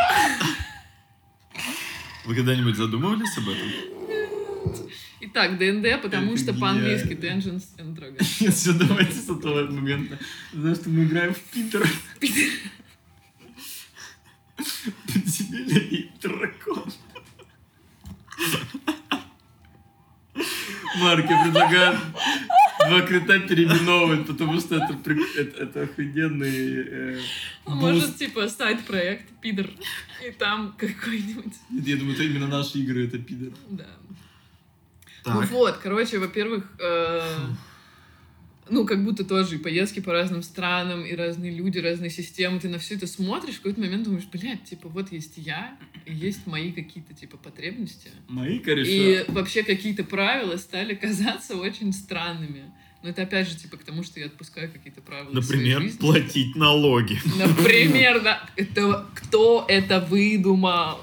Speaker 2: Вы когда-нибудь задумывались об этом?
Speaker 1: Итак, ДНД, потому
Speaker 3: Это
Speaker 1: что по-английски
Speaker 3: гениально.
Speaker 1: Dungeons and Dragons.
Speaker 3: Нет, все, давайте с этого момента. Знаешь, что мы играем в Питер. Подземелье и дракон. Марк, я предлагаю два крита переименовывать, потому что это, при- это, это охуенный э,
Speaker 1: А
Speaker 3: буст.
Speaker 1: Может, типа, сайт-проект Пидор, и там какой-нибудь...
Speaker 3: Нет, Я думаю, это именно наши игры, это пидор.
Speaker 1: Да. Ну
Speaker 2: Так.
Speaker 1: вот, короче, во-первых, э, ну, как будто тоже и поездки по разным странам, и разные люди, разные системы. Ты на все это смотришь, в какой-то момент думаешь, блядь, типа, вот есть я, и есть мои какие-то, типа, потребности.
Speaker 3: Мои кореша.
Speaker 1: И вообще какие-то правила стали казаться очень странными. Но это опять же, типа, к тому, что я отпускаю какие-то правила из своей
Speaker 2: Например,
Speaker 1: жизни.
Speaker 2: платить налоги.
Speaker 1: Например, да. Это, кто это выдумал?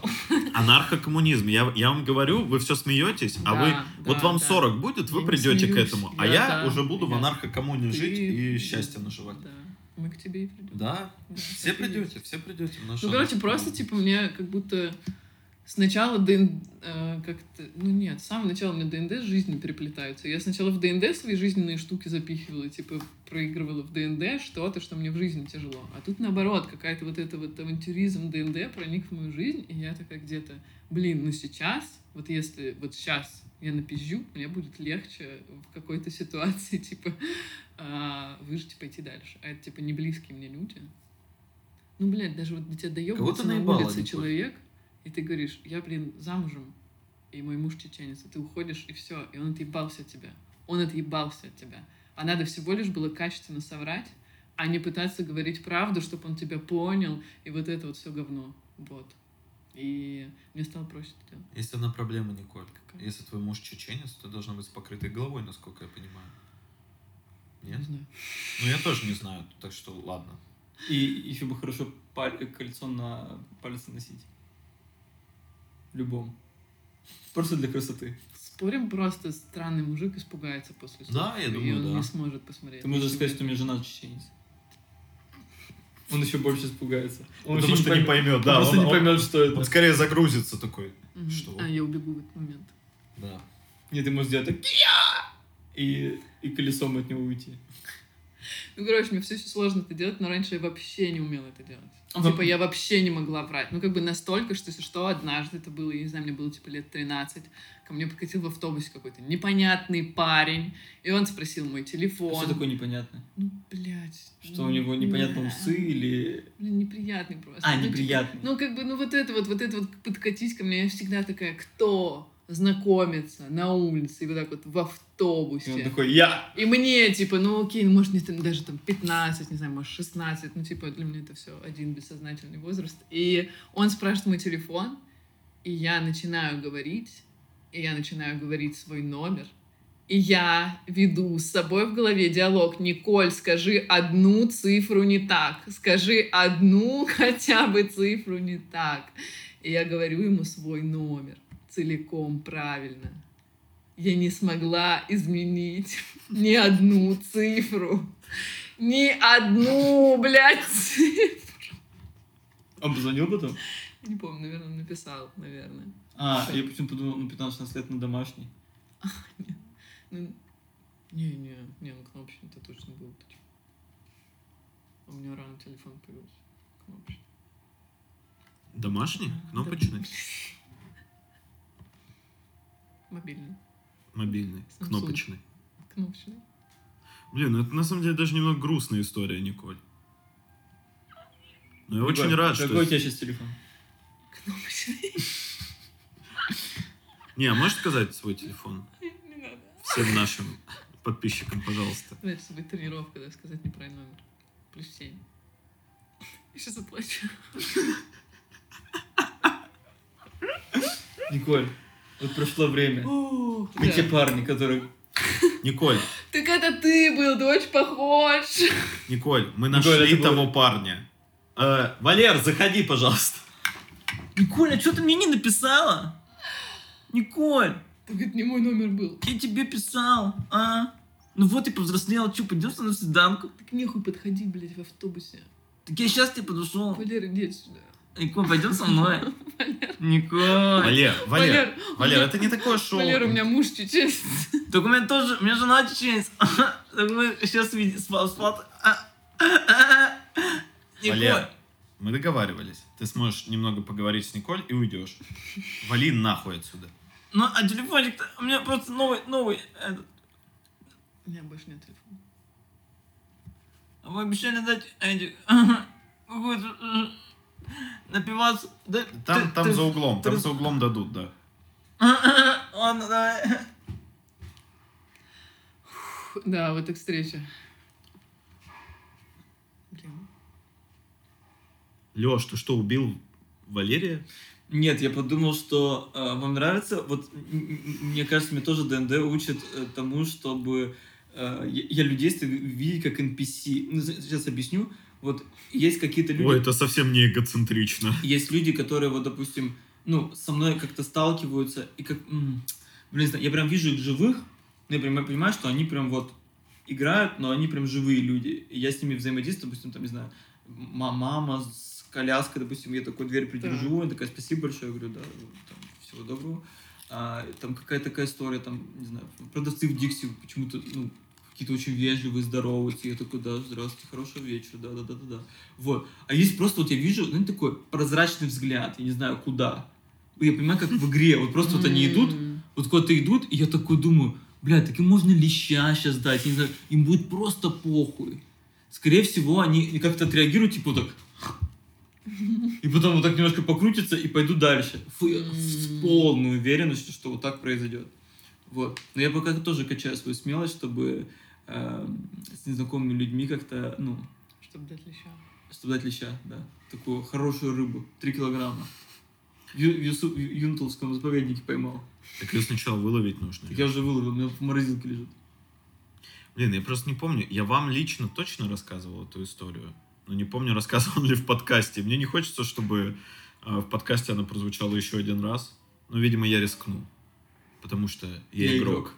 Speaker 2: Анархокоммунизм. Я, я вам говорю, вы все смеетесь,
Speaker 1: Да,
Speaker 2: а вы...
Speaker 1: да,
Speaker 2: вот вам
Speaker 1: да.
Speaker 2: 40 будет, вы
Speaker 1: Я не
Speaker 2: придете к
Speaker 1: смеюсь.
Speaker 2: этому. А
Speaker 1: Я-
Speaker 2: я
Speaker 1: да,
Speaker 2: уже буду в
Speaker 1: я-
Speaker 2: анархокоммуне
Speaker 1: Ты-
Speaker 2: жить и счастье наживать.
Speaker 1: Да. Мы к тебе и придем.
Speaker 2: Да,
Speaker 1: Да,
Speaker 2: все
Speaker 1: так и есть.
Speaker 2: придете, все придете. в нашу
Speaker 1: Ну, короче,
Speaker 2: анархокоммуну.
Speaker 1: просто, типа, мне как будто Сначала ДНД... э, как-то... Ну нет, с самого начала у меня ДНД с жизнью переплетаются. Я сначала в ДНД свои жизненные штуки запихивала, типа проигрывала в ДНД что-то, что мне в жизни тяжело. А тут наоборот, какая-то вот эта вот авантюризм ДНД проник в мою жизнь, и я такая где-то, блин, ну сейчас, вот если вот сейчас я напизжу, мне будет легче в какой-то ситуации, типа, а, выжить и пойти дальше. А это, типа, не близкие мне люди. Ну, блядь, даже вот до тебя
Speaker 4: Кого-то
Speaker 1: доебывается на
Speaker 4: наебало,
Speaker 1: улице
Speaker 4: Николь.
Speaker 1: человек, и ты говоришь, я, блин, замужем, и мой муж чеченец, и ты уходишь, и все, и он отъебался от тебя. Он отъебался от тебя. А надо всего лишь было качественно соврать, а не пытаться говорить правду, чтобы он тебя понял, и вот это вот все говно. Вот. И мне стало проще это делать.
Speaker 4: Есть одна проблема, Николь.
Speaker 1: Какая?
Speaker 4: Если твой муж чеченец, то должна быть с покрытой головой, насколько я понимаю. Нет?
Speaker 1: Не знаю.
Speaker 4: Ну, я тоже не знаю, так что ладно.
Speaker 3: И еще бы хорошо паль- кольцо на палец носить. Любом. Просто для красоты.
Speaker 1: Спорим, просто странный мужик испугается после слов,
Speaker 4: Да, я думаю,
Speaker 1: и он
Speaker 4: да.
Speaker 1: не сможет посмотреть.
Speaker 3: Ты можешь
Speaker 1: Если
Speaker 3: сказать,
Speaker 1: бы-
Speaker 3: что у меня жена чеченец. Он еще больше испугается. Он
Speaker 2: Потому
Speaker 3: вообще
Speaker 2: что не
Speaker 3: пойм-
Speaker 2: поймет,
Speaker 3: он
Speaker 2: да.
Speaker 3: просто
Speaker 2: он-
Speaker 3: не
Speaker 2: он-
Speaker 3: поймет, что это.
Speaker 2: Он скорее загрузится такой.
Speaker 1: Мгм.
Speaker 4: что?
Speaker 1: А, я убегу в этот момент.
Speaker 4: Да.
Speaker 3: Нет, ты можешь сделать так. И, и колесом от него уйти.
Speaker 1: Ну, короче, мне все очень сложно это делать, но раньше я вообще не умела это делать.
Speaker 3: Ага.
Speaker 1: Типа, я вообще не могла врать. Ну, как бы настолько, что, если что, однажды это было, я не знаю, мне было, типа, лет 13, ко мне покатил в автобусе какой-то непонятный парень, и он спросил мой телефон.
Speaker 3: А Что такое непонятно?
Speaker 1: Ну, блядь.
Speaker 3: Что
Speaker 1: ну,
Speaker 3: у него непонятно
Speaker 1: да.
Speaker 3: усы или...
Speaker 1: Блин, неприятный просто.
Speaker 3: А,
Speaker 1: Ну, типа,
Speaker 3: неприятно.
Speaker 1: Ну, как бы, ну, вот это вот, вот это вот подкатись ко мне, я всегда такая, кто знакомится на улице, и вот так вот в автобусе.
Speaker 3: И он такой, я!
Speaker 1: И мне, типа, ну окей, ну, может, мне там даже там 15, не знаю, может, 16, ну, типа, для меня это все один бессознательный возраст. И он спрашивает мой телефон, и я начинаю говорить, и я начинаю говорить свой номер, и я веду с собой в голове диалог. Николь, скажи одну цифру не так. Скажи одну хотя бы цифру не так. И я говорю ему свой номер целиком правильно. Я не смогла изменить ни одну цифру. Ни одну, блядь, цифру.
Speaker 3: Он позвонил потом?
Speaker 1: Не помню, наверное, он написал, наверное.
Speaker 3: А, я почему подумал, ну 15 лет на домашний.
Speaker 1: Ну, не-не, не, ну кнопочный-то точно был. ты чё. У меня рано телефон появился. Кнопочный.
Speaker 4: Домашний?
Speaker 2: А,
Speaker 4: Кнопочный?
Speaker 1: Мобильный.
Speaker 2: Мобильный.
Speaker 1: Samsung.
Speaker 4: Кнопочный.
Speaker 1: Кнопочный.
Speaker 2: Блин, ну это на самом деле даже немного грустная история, Николь. Но я очень
Speaker 3: Егор,
Speaker 2: рад, что...
Speaker 3: Какой у тебя сейчас телефон?
Speaker 1: Кнопочный.
Speaker 2: Не, а можешь сказать свой телефон
Speaker 1: Не надо. Ну,
Speaker 2: всем нашим подписчикам, пожалуйста?
Speaker 1: Знаешь, это будет тренировка, да, сказать неправильный номер. Плюс семь. Я сейчас заплачу.
Speaker 3: Николь, вот прошло время.
Speaker 1: О,
Speaker 3: Мы те
Speaker 1: да.
Speaker 3: парни, которые...
Speaker 2: Николь,
Speaker 1: Так это ты был, ты очень похож.
Speaker 2: Николь, мы
Speaker 3: Николь,
Speaker 2: нашли
Speaker 3: это было-
Speaker 2: того парня. Э, Валер, заходи, пожалуйста.
Speaker 3: Николь, а что ты мне не написала? Николь,
Speaker 1: Так это не мой номер был.
Speaker 3: я тебе писал, а? Ну вот и повзрослел, что, пойдем со мной в свиданку?
Speaker 1: Так нехуй подходи, блядь, в автобусе.
Speaker 3: Так я сейчас тебе подошел.
Speaker 1: Валера, иди сюда.
Speaker 3: Николь, пойдем со мной. Николь.
Speaker 2: Валер, Валер,
Speaker 1: у
Speaker 2: Валер,
Speaker 1: меня-
Speaker 2: это не такое шоу.
Speaker 1: Валер, у меня муж чеченец.
Speaker 3: Так у меня тоже, у меня жена чеченец. Так мы сейчас спал, спал. а, Николь.
Speaker 2: Валер, мы договаривались. Ты сможешь немного поговорить с Николь и уйдешь. Вали нахуй отсюда.
Speaker 3: Ну, а телефончик-то у меня просто новый, новый. э, этот.
Speaker 1: У меня больше нет телефона.
Speaker 3: А Вы обещали дать эти... какую-то, э, напиваться. Да,
Speaker 2: Там,
Speaker 3: ты-
Speaker 2: там
Speaker 3: ты-
Speaker 2: за углом, там
Speaker 3: ты-
Speaker 2: за углом дадут, да.
Speaker 3: Ладно, давай.
Speaker 1: Да, вот так встреча. Блин.
Speaker 2: Леш, ты что, убил Валерия?
Speaker 3: Нет, я подумал, что э, вам нравится. Вот м- м- мне кажется, мне тоже ДНД учит э, тому, чтобы э, я, я людей ст- видеть как NPC. Ну, з- сейчас объясню. Вот есть какие-то люди,
Speaker 2: Ой, это совсем не эгоцентрично.
Speaker 3: есть люди, которые вот, допустим, ну со мной как-то сталкиваются и как, м, блин, не знаю, я прям вижу их живых, но я прям я понимаю, что они прям вот играют, но они прям живые люди. И я с ними взаимодействую, допустим, там не знаю, м- мама с коляской, допустим, я такую дверь придержу, она такая, спасибо большое, я говорю, да, вот там, всего доброго. А, там какая-то такая история, там, не знаю, продавцы в Дикси почему-то, ну, какие-то очень вежливые, здороваются, я такой, да, здравствуйте, хорошего вечера, да-да-да-да-да. Вот. А есть просто, вот я вижу, ну, такой прозрачный взгляд, я не знаю, куда. Ну, Я понимаю, как в игре, вот просто вот
Speaker 1: М-м.
Speaker 3: они идут,
Speaker 1: М.
Speaker 3: вот куда-то идут, и я такой думаю, бля, так им можно леща сейчас дать, я не знаю, им будет просто похуй. Скорее всего, они как-то отреагируют, типа вот так, и потом вот так немножко покрутятся и пойду дальше. Фу, я с
Speaker 1: М.
Speaker 3: полной уверенностью, что вот так произойдет. Вот. Но я пока тоже качаю свою смелость, чтобы э, с незнакомыми людьми как-то, ну,
Speaker 1: Чтобы дать леща.
Speaker 3: чтобы дать леща, да. Такую хорошую рыбу, 3 килограмма. В, Ю- в Юсу- в Юнтовском заповеднике поймал.
Speaker 2: Так ее сначала выловить нужно.
Speaker 3: Так я уже выловил, у меня в морозилке лежит.
Speaker 2: Блин, я просто не помню. Я вам лично точно рассказывал эту историю. Но не помню, рассказывал ли в подкасте. Мне не хочется, чтобы э, в подкасте она прозвучала еще один раз. Но, видимо, я рискну. Потому что я,
Speaker 3: Я
Speaker 2: игрок.
Speaker 3: игрок.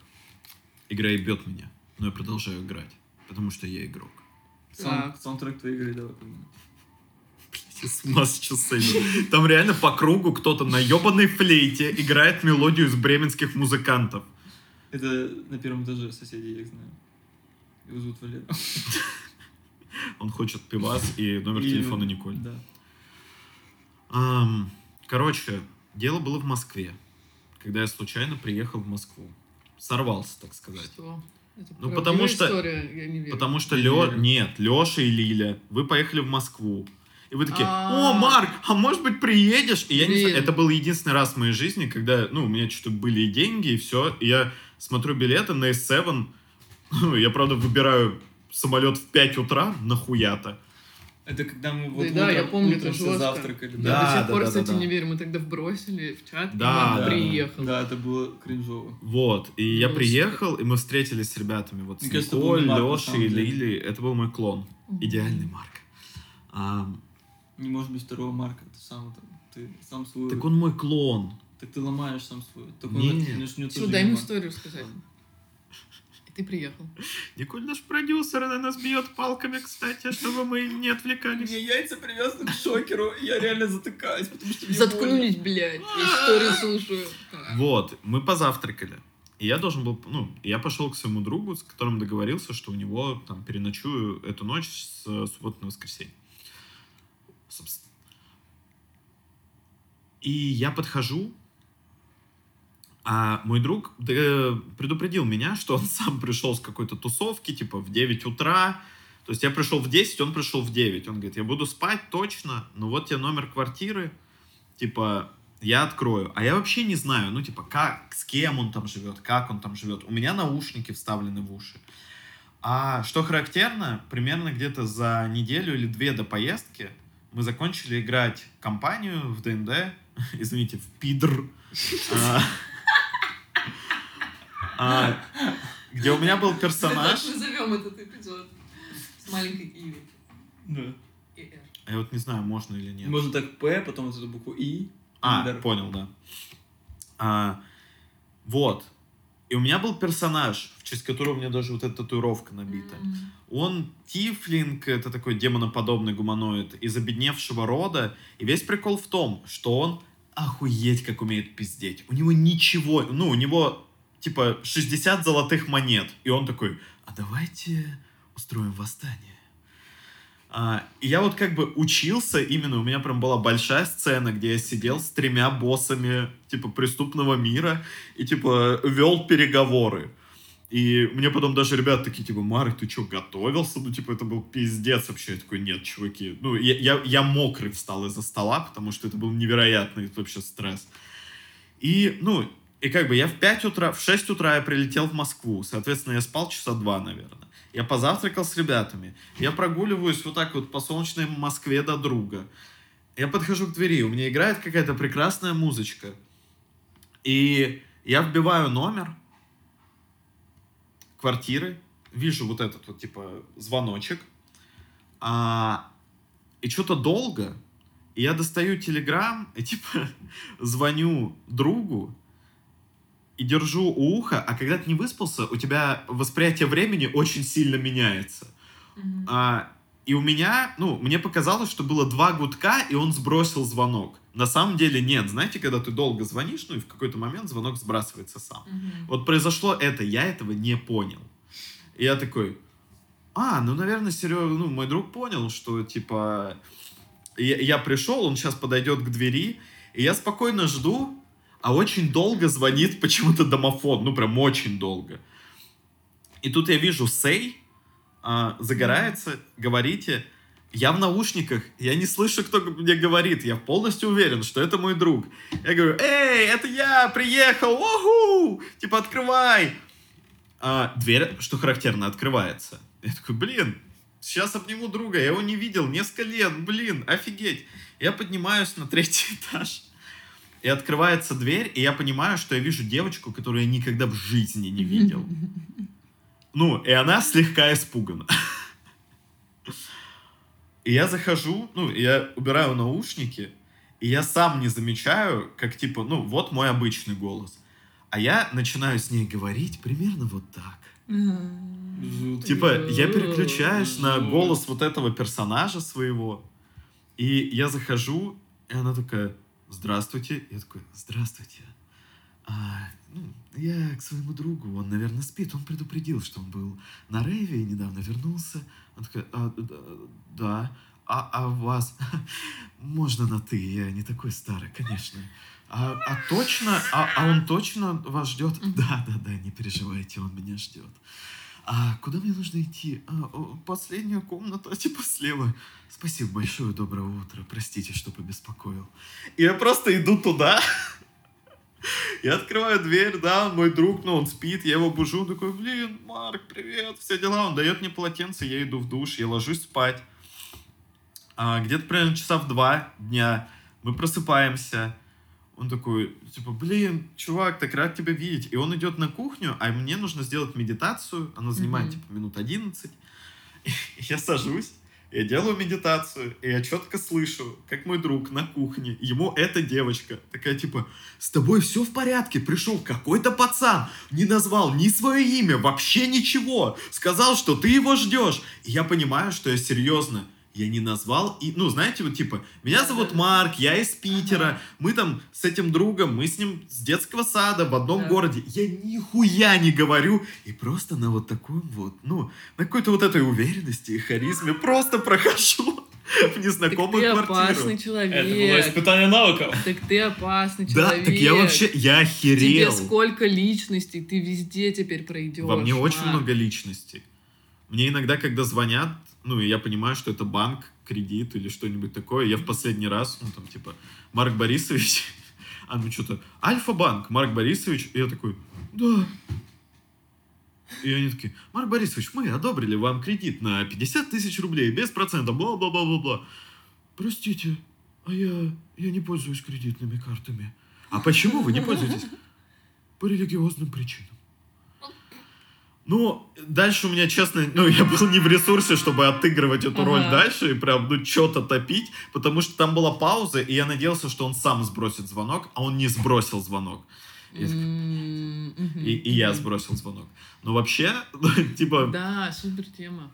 Speaker 2: Игра и бьет меня. Но я продолжаю играть. Потому что я игрок.
Speaker 3: Саунд-
Speaker 1: Так.
Speaker 3: Саундтрек твоей игры, давай поменяем.
Speaker 2: Я с ума сейчас сойду. Там реально по кругу кто-то на ебаной флейте играет мелодию из бременских музыкантов.
Speaker 3: Это на первом этаже соседи, я их знаю. Его зовут Валера.
Speaker 2: Он хочет пивас и номер
Speaker 3: И-
Speaker 2: телефона Николь.
Speaker 3: Да.
Speaker 2: Ам, короче, дело было в Москве, когда я случайно приехал в Москву. Сорвался, так сказать.
Speaker 1: Что? Это
Speaker 2: Ну,
Speaker 1: правдивая
Speaker 2: потому что-
Speaker 1: история, я не верю.
Speaker 2: Потому что
Speaker 3: Не
Speaker 2: Лё...
Speaker 3: верю.
Speaker 2: Нет, Лёша и Лиля, вы поехали в Москву. И вы такие,
Speaker 1: А.
Speaker 2: о, Марк, а может быть приедешь? И я не знаю,
Speaker 1: Блин.
Speaker 2: это был единственный раз в моей жизни, когда, ну, у меня что-то были и деньги, и все. И я смотрю билеты на S7, Ну, я, правда, выбираю самолет в 5 утра, нахуя-то.
Speaker 3: Это когда мы вот
Speaker 1: Да, да, я
Speaker 3: утром-
Speaker 1: помню, это
Speaker 3: утром все
Speaker 1: жестко.
Speaker 3: завтракали.
Speaker 1: Я
Speaker 2: Да,
Speaker 1: до сих
Speaker 2: да,
Speaker 1: пор,
Speaker 2: да, да,
Speaker 1: кстати,
Speaker 2: да.
Speaker 1: не верю. Мы тогда вбросили в чат,
Speaker 2: Да,
Speaker 1: и
Speaker 2: да.
Speaker 1: Марк приехал.
Speaker 3: Да, это было кринжово.
Speaker 2: Вот, и я
Speaker 1: Ну,
Speaker 2: приехал, и мы встретились с ребятами, вот
Speaker 3: Мне
Speaker 2: с
Speaker 3: кажется, это был
Speaker 2: Николь,
Speaker 3: не Марк, на
Speaker 2: Лешей
Speaker 3: самом
Speaker 2: и
Speaker 3: деле.
Speaker 2: Лили. Это был мой клон.
Speaker 1: Мгм.
Speaker 2: Идеальный Марк. А, Ам,
Speaker 3: Не может быть второго марка, ты сам там, ты сам свой,
Speaker 2: так он мой клон.
Speaker 3: так ты ломаешь сам свой. Так он
Speaker 2: Нет.
Speaker 3: начнет
Speaker 1: Всё, дай ему историю рассказать. И ты приехал.
Speaker 2: Николь наш продюсер, она нас бьет палками, кстати, чтобы мы не отвлекались.
Speaker 3: Мне яйца привязаны к шокеру, и я реально затыкаюсь, потому что мне больно.
Speaker 1: Заткнулись, блядь. Я историю слушаю.
Speaker 2: Вот, мы позавтракали. И я должен был, ну, я пошел к своему другу, с которым договорился, что у него там переночую эту ночь с э, субботы на воскресенье. Собственно. И я подхожу, а мой друг э, предупредил меня, что он сам пришел с какой-то тусовки, типа в 9 утра. То есть я пришел в 10, он пришел в 9. Он говорит, я буду спать точно, но вот тебе номер квартиры, типа я открою. А я вообще не знаю, ну типа как, с кем он там живет, как он там живет. У меня наушники вставлены в уши. А что характерно, примерно где-то за неделю или две до поездки мы закончили играть компанию в ДНД, извините, в пидр. А, а, Где у меня был персонаж.
Speaker 1: Мы назовем этот эпизод с маленькой Иви.
Speaker 3: Да.
Speaker 1: И Р.
Speaker 2: А Я вот не знаю, можно или нет.
Speaker 3: Можно так П, потом вот эту букву И.
Speaker 2: А,
Speaker 3: Андер.
Speaker 2: понял, да. А, вот. И у меня был персонаж, в честь которого у меня даже вот эта татуировка набита.
Speaker 1: М.
Speaker 2: Он тифлинг, это такой демоноподобный гуманоид из обедневшего рода. И весь прикол в том, что он охуеть как умеет пиздеть. У него ничего, ну, у него типа 60 золотых монет. И он такой, а давайте устроим восстание. А, и я вот как бы учился, именно у меня прям была большая сцена, где я сидел с тремя боссами, типа, преступного мира, и, типа, вел переговоры. И мне потом даже ребята такие, типа, Марк, ты что, готовился? Ну, типа, это был пиздец вообще. Я такой, нет, чуваки. Ну, я, я, я мокрый встал из-за стола, потому что это был невероятный вообще стресс. И, ну, и как бы я в 5 утра, в 6 утра я прилетел в Москву. Соответственно, я спал часа два, наверное. Я позавтракал с ребятами. Я прогуливаюсь вот так вот по солнечной Москве до друга. Я подхожу к двери, у меня играет какая-то прекрасная музычка. И я вбиваю номер квартиры, вижу вот этот вот, типа, звоночек. А, и что-то долго. И я достаю телеграм и, типа, звоню другу и держу у уха, а когда ты не выспался, у тебя восприятие времени очень сильно меняется.
Speaker 1: Мгм.
Speaker 2: А, И у меня, ну, мне показалось, что было два гудка, и он сбросил звонок. На самом деле нет. Знаете, когда ты долго звонишь, ну и в какой-то момент звонок сбрасывается сам.
Speaker 1: Мгм.
Speaker 2: Вот произошло это, я этого не понял. И я такой, а, ну, наверное, Серега, ну, мой друг понял, что, типа, я, я пришел, он сейчас подойдет к двери, и я спокойно жду, а очень долго звонит почему-то домофон, ну, прям очень долго. И тут я вижу Сей, а, загорается, говорите, я в наушниках, я не слышу, кто мне говорит, я полностью уверен, что это мой друг. Я говорю, эй, это я, приехал, уху, типа, открывай. А, дверь, что характерно, открывается. Я такой, блин, сейчас обниму друга, я его не видел несколько лет, блин, офигеть. Я поднимаюсь на третий этаж, и открывается дверь, и я понимаю, что я вижу девочку, которую я никогда в жизни не видел. Ну, и она слегка испугана. И я захожу, ну, я убираю наушники, и я сам не замечаю, как типа, ну, вот мой обычный голос. А я начинаю с ней говорить примерно вот так.
Speaker 1: Мгм.
Speaker 2: Типа, я переключаюсь на голос вот этого персонажа своего, и я захожу, и она такая, здравствуйте. Я такой, здравствуйте. «А, ну, я к своему другу, он, наверное, спит, он предупредил, что он был на рейве и недавно вернулся. Она такая, «А, да, да, а, а вас можно на ты, я не такой старый, конечно. А, а точно, а, а он точно вас ждет?
Speaker 1: Мгм.
Speaker 2: Да, да, да, не переживайте, он меня ждет. А куда мне нужно идти? «А, о, последняя комната, типа слева. Спасибо большое, доброе утро. Простите, что побеспокоил. И я просто иду туда. Я открываю дверь, да, мой друг, ну, он спит, я его бужу, он такой, блин, Марк, привет, все дела. Он дает мне полотенце, я иду в душ, я ложусь спать. А, где-то примерно часа в два дня мы просыпаемся. Он такой, типа, блин, чувак, так рад тебя видеть. И он идет на кухню, а мне нужно сделать медитацию. Она занимает,
Speaker 1: Мгм.
Speaker 2: типа, минут 11. И я сажусь, я делаю медитацию, и я четко слышу, как мой друг на кухне, ему эта девочка такая, типа, с тобой все в порядке, пришел какой-то пацан, не назвал ни свое имя, вообще ничего, сказал, что ты его ждешь. И я понимаю, что я серьезно, я не назвал, и, ну, знаете, вот типа, меня зовут Марк, я из Питера, мы там с этим другом, мы с ним с детского сада в одном
Speaker 1: Да.
Speaker 2: городе, я нихуя не говорю, и просто на вот таком вот, ну, на какой-то вот этой уверенности и харизме просто прохожу в
Speaker 1: Так
Speaker 2: незнакомую
Speaker 1: ты
Speaker 2: квартиру.
Speaker 1: опасный
Speaker 5: Это было
Speaker 1: человек.
Speaker 5: испытание навыков.
Speaker 1: Так ты опасный
Speaker 2: Да,
Speaker 1: человек.
Speaker 2: так я вообще, я
Speaker 1: Тебе
Speaker 2: охерел.
Speaker 1: сколько личностей, ты везде теперь пройдешь. а?
Speaker 2: Во мне очень
Speaker 1: Марк.
Speaker 2: много личностей. Мне иногда, когда звонят, ну, и я понимаю, что это банк, кредит или что-нибудь такое, я в последний раз, ну, там, типа, Марк Борисович, а ну что-то, Альфа-банк, Марк Борисович, и я такой, да. И они такие, Марк Борисович, мы одобрили вам кредит на 50 тысяч рублей без процента, бла-бла-бла-бла-бла. Простите, а я, я не пользуюсь кредитными картами. А почему вы не пользуетесь? По религиозным причинам. Ну, дальше у меня, честно, ну, я был не в ресурсе, чтобы отыгрывать эту
Speaker 1: Ага.
Speaker 2: роль дальше и прям, ну, что-то топить, потому что там была пауза, и я надеялся, что он сам сбросит звонок, а он не сбросил звонок. Я так-
Speaker 1: М, мгм.
Speaker 2: И, и я
Speaker 1: Мгм.
Speaker 2: сбросил звонок. Но вообще, типа,
Speaker 1: Да, супер тема.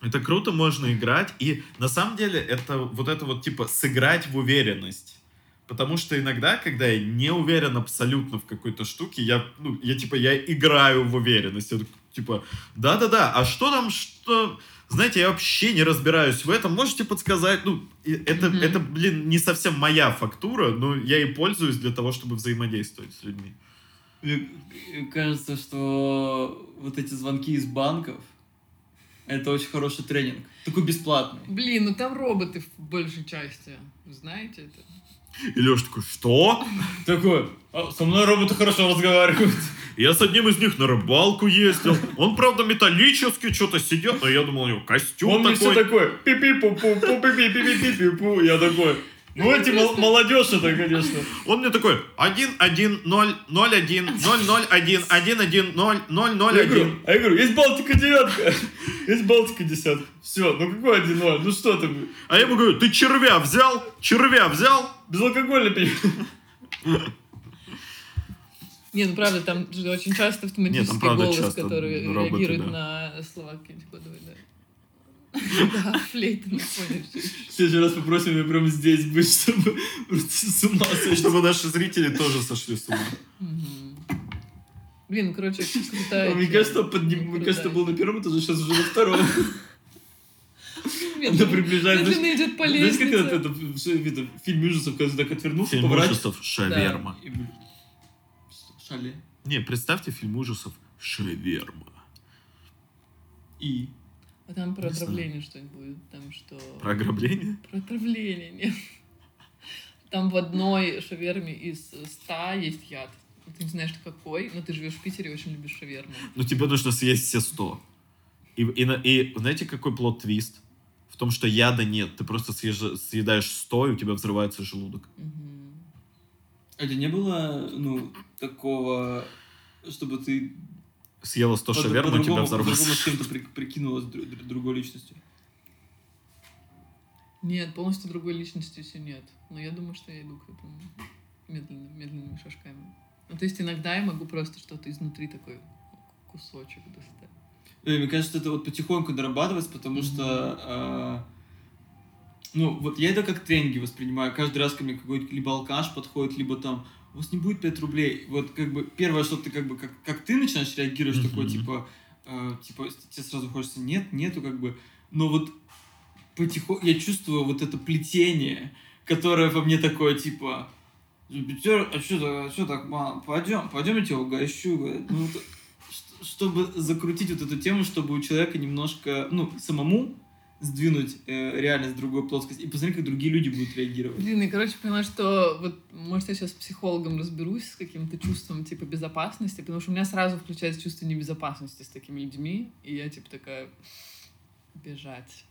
Speaker 2: это круто, можно играть. И на самом деле это вот это вот типа сыграть в уверенность. Потому что иногда, когда я не уверен абсолютно в какой-то штуке, я, ну, я типа, я играю в уверенность. Я такой, типа, да-да-да, а что там, что... Знаете, я вообще не разбираюсь в этом. Можете подсказать? Ну, и это,
Speaker 1: Мгм.
Speaker 2: это, блин, не совсем моя фактура, но я и пользуюсь для того, чтобы взаимодействовать с людьми.
Speaker 3: Мне кажется, что вот эти звонки из банков это очень хороший тренинг. Такой бесплатный.
Speaker 1: Блин, ну там роботы в большей части. Вы знаете это?
Speaker 2: И Леша такой, что?
Speaker 5: Такой, «А, со мной роботы хорошо разговаривают.
Speaker 2: Я с одним из них на рыбалку ездил. Он, правда, металлический что-то сидел, но я думал, у него костюм
Speaker 5: Он мне
Speaker 2: такой.
Speaker 5: все такой, пи пи пу пу пу пи пи пи пи пи пу Я такой, ну эти мол- молодежь это, конечно.
Speaker 2: Он мне такой 1 1 0 0 1 0 0 1 1 1 0 0 0
Speaker 5: Я говорю,
Speaker 2: 1
Speaker 5: а я говорю, есть Балтика девятка, есть Балтика десятка. Все, ну какой один ноль, ну что ты,
Speaker 2: А я ему говорю, ты червя взял? Червя взял?
Speaker 5: безалкогольный пей.
Speaker 1: Не, ну правда, там же очень часто автоматический
Speaker 2: правда,
Speaker 1: голос,
Speaker 2: часто
Speaker 1: который
Speaker 2: роботы,
Speaker 1: реагирует
Speaker 2: да.
Speaker 1: на слова какие-нибудь кодовые, да. Да, флейта на фоне.
Speaker 3: В следующий раз попросим ее прямо здесь быть, чтобы просто с ума сойти.
Speaker 2: Чтобы наши зрители тоже сошли с ума.
Speaker 1: Мгм. Блин, ну, короче, крутая.
Speaker 3: Мне
Speaker 1: тема.
Speaker 3: кажется, под ним- мне кажется, был на первом этаже, сейчас уже на втором.
Speaker 1: Блин,
Speaker 3: Она приближается.
Speaker 1: медленно идет по
Speaker 3: Знаешь, как это,
Speaker 1: лестнице.
Speaker 3: это, всё видно, фильм ужасов, когда ты так отвернулся,
Speaker 2: Фильм
Speaker 3: поворачиваешься.
Speaker 2: ужасов «Шаверма».
Speaker 3: и, блин, Шале.
Speaker 2: Не, представьте фильм ужасов «Шаверма».
Speaker 3: И.
Speaker 1: А там про
Speaker 2: Не знаю.
Speaker 1: отравление что-нибудь будет. Там что...
Speaker 2: Про ограбление?
Speaker 1: Про отравление, нет. Там в одной шаверме из ста есть яд. И Ты не знаешь, какой, но ты живешь в Питере и очень любишь шаверму.
Speaker 2: Ну, тебе нужно съесть все 100. И, и, на- и знаете, какой плод-твист? В том, что яда нет. Ты просто съешь- съедаешь 100, и у тебя взрывается желудок.
Speaker 1: Мгм.
Speaker 3: Это не было, ну, такого, чтобы ты
Speaker 2: Съела 100
Speaker 3: по-
Speaker 2: шаверму, у тебя
Speaker 3: Ну, по-другому- по-другому с
Speaker 2: взорвался.
Speaker 3: кем-то при- прикинулась дру- дру- другой личностью.
Speaker 1: Нет, полностью другой личности все нет. Но я думаю, что я иду к этому медленно, медленными шажками. Ну, то есть иногда я могу просто что-то изнутри такой кусочек достать.
Speaker 3: Да, и Э, мне кажется, это вот потихоньку дорабатывается, потому
Speaker 1: Мгм.
Speaker 3: что... а, ну, вот я это как тренинги воспринимаю. Каждый раз ко мне какой-нибудь либо алкаш подходит, либо там, у вас не будет 5 рублей. Вот как бы первое, что ты как бы, как, как ты начинаешь реагировать,
Speaker 2: Мгм.
Speaker 3: такое типа, а, типа, тебе сразу хочется, нет, нету как бы. Но вот потихоньку я чувствую вот это плетение, которое во мне такое, типа, «Пятер, а что так, что так, мам, пойдем, пойдем, я тебя угощу, говорит. Ну, вот, ш- чтобы закрутить вот эту тему, чтобы у человека немножко, ну, самому сдвинуть э, реальность в другую плоскость и посмотреть, как другие люди будут реагировать.
Speaker 1: Блин, я, короче, поняла, что вот, может, я сейчас с психологом разберусь с каким-то чувством, типа, безопасности, потому что у меня сразу включается чувство небезопасности с такими людьми, и я, типа, такая, бежать.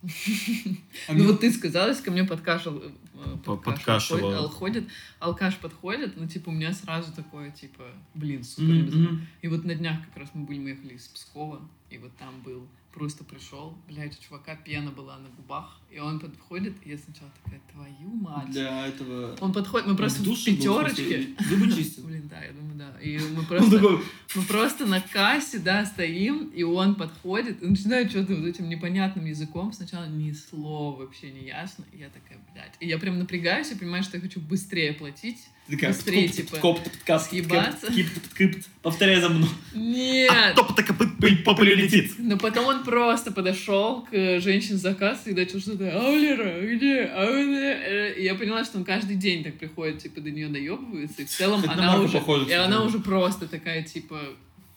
Speaker 1: ну,
Speaker 3: А мне-
Speaker 1: вот ты сказалась, ко мне подкашил, э, э,
Speaker 2: По-
Speaker 1: подкашил,
Speaker 2: подкашивала.
Speaker 1: алкаш ходит, алкаш подходит, ну, типа, у меня сразу такое, типа, блин, супер
Speaker 3: Мгм,
Speaker 1: небезопасно.
Speaker 3: мгм.
Speaker 1: И вот на днях как раз мы были, мы ехали из Пскова, и вот там был, просто пришел, блядь, у чувака пена была на губах, и он подходит, и я сначала такая, твою мать.
Speaker 3: Для этого...
Speaker 1: Он подходит, мы просто
Speaker 3: Он
Speaker 1: в,
Speaker 3: душе был,
Speaker 1: пятерочке.
Speaker 3: в смысле, Зубы чистил.
Speaker 1: Блин, да, я думаю, да. И мы
Speaker 3: Он
Speaker 1: просто,
Speaker 3: такой,
Speaker 1: мы просто на кассе, да, стоим, и он подходит и начинает что-то вот этим непонятным языком. Сначала ни слова вообще не ясно. И я такая, блядь. И я прям напрягаюсь и понимаю, что я хочу быстрее платить.
Speaker 3: ты такая,
Speaker 1: Быстрее,
Speaker 3: подкоп,
Speaker 1: типа,
Speaker 3: подкоп, подкаст,
Speaker 1: съебаться.
Speaker 3: подкеп, кип, подкип. повторяй за мной.
Speaker 1: Нет!
Speaker 2: Топ-то копыт полетит.
Speaker 1: Но потом он просто подошел к э, женщине с заказа и начал что-то «А, Лера, где? А, э, э». И я поняла, что он каждый день так приходит, типа, до нее доебывается, и в целом
Speaker 3: Хоть на
Speaker 1: она
Speaker 3: Марку
Speaker 1: уже...
Speaker 3: похоже,
Speaker 1: и она
Speaker 3: кстати.
Speaker 1: уже просто такая, типа,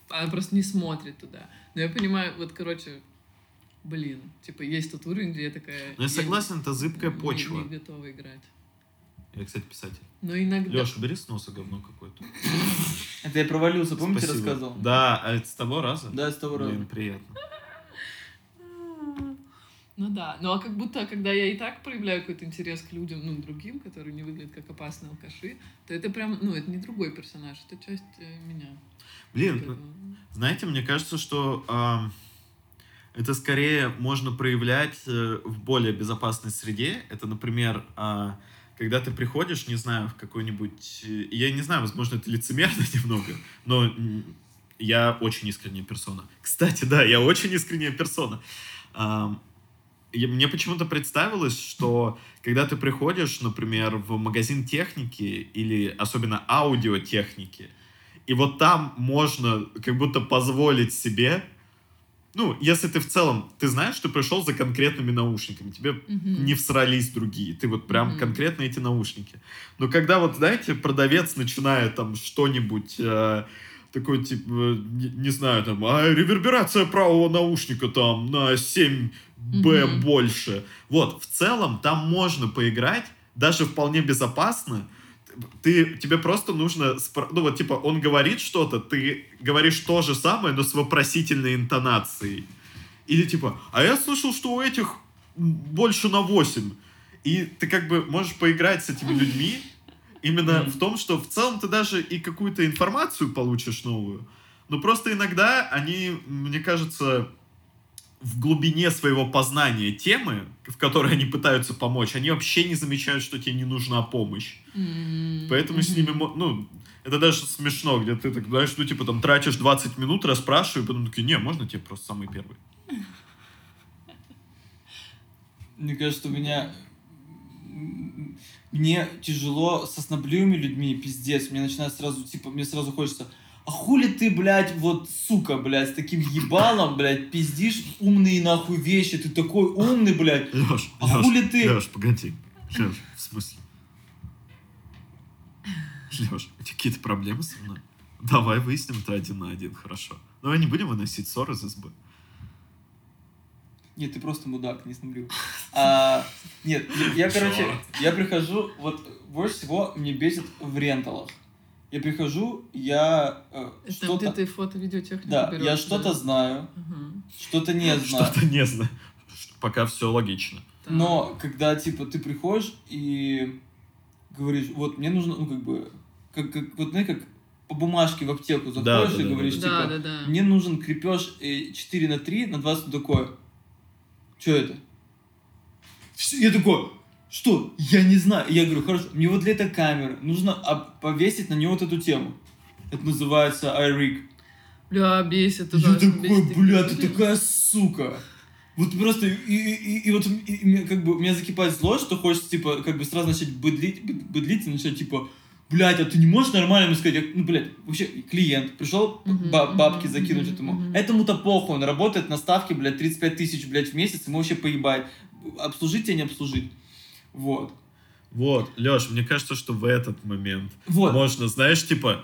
Speaker 1: она просто не смотрит туда. Но я понимаю, вот, короче, блин, типа, есть тот уровень, где я такая...
Speaker 2: Ну, я
Speaker 1: не-
Speaker 2: согласен, это
Speaker 1: не-
Speaker 2: зыбкая почва.
Speaker 1: Не, готова играть.
Speaker 2: Я, кстати, писатель.
Speaker 1: Но иногда...
Speaker 2: Леша, убери с носа говно какое-то.
Speaker 3: Это я провалился, помните,
Speaker 2: Спасибо.
Speaker 3: рассказывал?
Speaker 2: Да, а это с того раза?
Speaker 3: Да, с того раза.
Speaker 2: Блин, приятно.
Speaker 1: Ну да, ну а как будто, когда я и так проявляю какой-то интерес к людям, ну, другим, которые не выглядят как опасные алкаши, то это прям, ну, это не другой персонаж, это часть э, меня.
Speaker 2: Блин, ну,
Speaker 1: Поэтому,
Speaker 2: знаете, мне кажется, что ам, это скорее можно проявлять э, в более безопасной среде. Это, например, а, когда ты приходишь, не знаю, в какой-нибудь... э, Я не знаю, возможно, это лицемерно немного, но м, я очень искренняя персона. Кстати, да, я очень искренняя персона. Ам, и Мне почему-то представилось, что когда ты приходишь, например, в магазин техники или особенно аудиотехники, и вот там можно как будто позволить себе, ну, если ты в целом, ты знаешь, что пришел за конкретными наушниками, тебе
Speaker 1: мгм.
Speaker 2: не всрались другие. Ты вот прям
Speaker 1: Мгм.
Speaker 2: конкретно эти наушники. Но когда вот, знаете, продавец начинает там что-нибудь... э, такой, типа, э, не, не знаю, там, а реверберация правого наушника там на 7 б
Speaker 1: Мгм.
Speaker 2: больше. Вот, в целом там можно поиграть, даже вполне безопасно. Ты, тебе просто нужно... спро- Ну, вот, типа, он говорит что-то, ты говоришь то же самое, но с вопросительной интонацией. Или типа, а я слышал, что у этих м, больше на 8. И ты как бы можешь поиграть с этими людьми именно
Speaker 3: Мгм.
Speaker 2: в том, что в целом ты даже и какую-то информацию получишь новую. Но просто иногда они, мне кажется, в глубине своего познания темы, в которой они пытаются помочь, они вообще не замечают, что тебе не нужна помощь.
Speaker 1: М,
Speaker 2: Поэтому с
Speaker 1: мгм.
Speaker 2: ними, мо- ну, это даже смешно, где ты так, знаешь, ну, типа, там, тратишь 20 минут, расспрашивай, потом такие, не, можно тебе просто самый первый.
Speaker 3: Мне кажется, у меня... м, Мне тяжело со снобливыми людьми, пиздец. Мне начинает сразу, типа, мне сразу хочется... А хули ты, блядь, вот, сука, блядь, с таким ебалом, блядь, пиздишь умные нахуй вещи, ты такой умный, блядь.
Speaker 2: Леш,
Speaker 3: А хули ты?
Speaker 2: Леш, погоди. Леш, в смысле? Леш, у тебя какие-то проблемы со мной? Давай выясним это один на один, хорошо. Давай не будем выносить ссоры из избы.
Speaker 3: Нет, ты просто мудак, не снобливый. А, нет, я, я, короче, я прихожу, вот, больше всего мне бесит в ренталах. Я прихожу, я э,
Speaker 1: Это где
Speaker 3: что-то...
Speaker 1: ты фото-видеотехнику
Speaker 3: Да,
Speaker 1: берешь,
Speaker 3: я что-то знаю,
Speaker 1: Мгм.
Speaker 3: что-то не знаю.
Speaker 2: Что-то не знаю. Ш- Пока все логично.
Speaker 1: Так.
Speaker 3: Но когда, типа, ты приходишь и говоришь, вот мне нужно, ну, как бы, как, как вот, знаешь, как по бумажке в аптеку
Speaker 2: Да, да,
Speaker 3: заходишь
Speaker 2: да,
Speaker 3: и
Speaker 2: да,
Speaker 3: говоришь,
Speaker 2: да.
Speaker 3: типа,
Speaker 1: Да, да, да.
Speaker 3: мне нужен крепеж 4 на 3 на 20 такое. Что это? Всё, я такой, что? Я не знаю. И я говорю, хорошо, мне вот для этой камеры нужно об- повесить на нее вот эту тему. Это называется iRig.
Speaker 1: Бля, бесит.
Speaker 3: Я
Speaker 1: ужасно,
Speaker 3: такой,
Speaker 1: бесит.
Speaker 3: бля, ты такая сука. Вот просто, и, и, и- и вот и- и мне как бы, у меня закипает зло, что хочется, типа, как бы сразу начать быдлить, быд- быдлить и начать, типа, блядь, а ты не можешь нормально ему сказать, Я- ну, блядь, вообще, клиент пришел
Speaker 1: Мгм,
Speaker 3: ба- бабки
Speaker 1: мгм,
Speaker 3: закинуть
Speaker 1: мгм,
Speaker 3: этому,
Speaker 1: мгм.
Speaker 3: этому-то похуй, он работает на ставке, блядь, 35 тысяч, блядь, в месяц, ему вообще поебать, обслужить тебя, не обслужить, вот,
Speaker 2: Вот, Леш, мне кажется, что в этот момент
Speaker 3: вот,
Speaker 2: можно, знаешь, типа,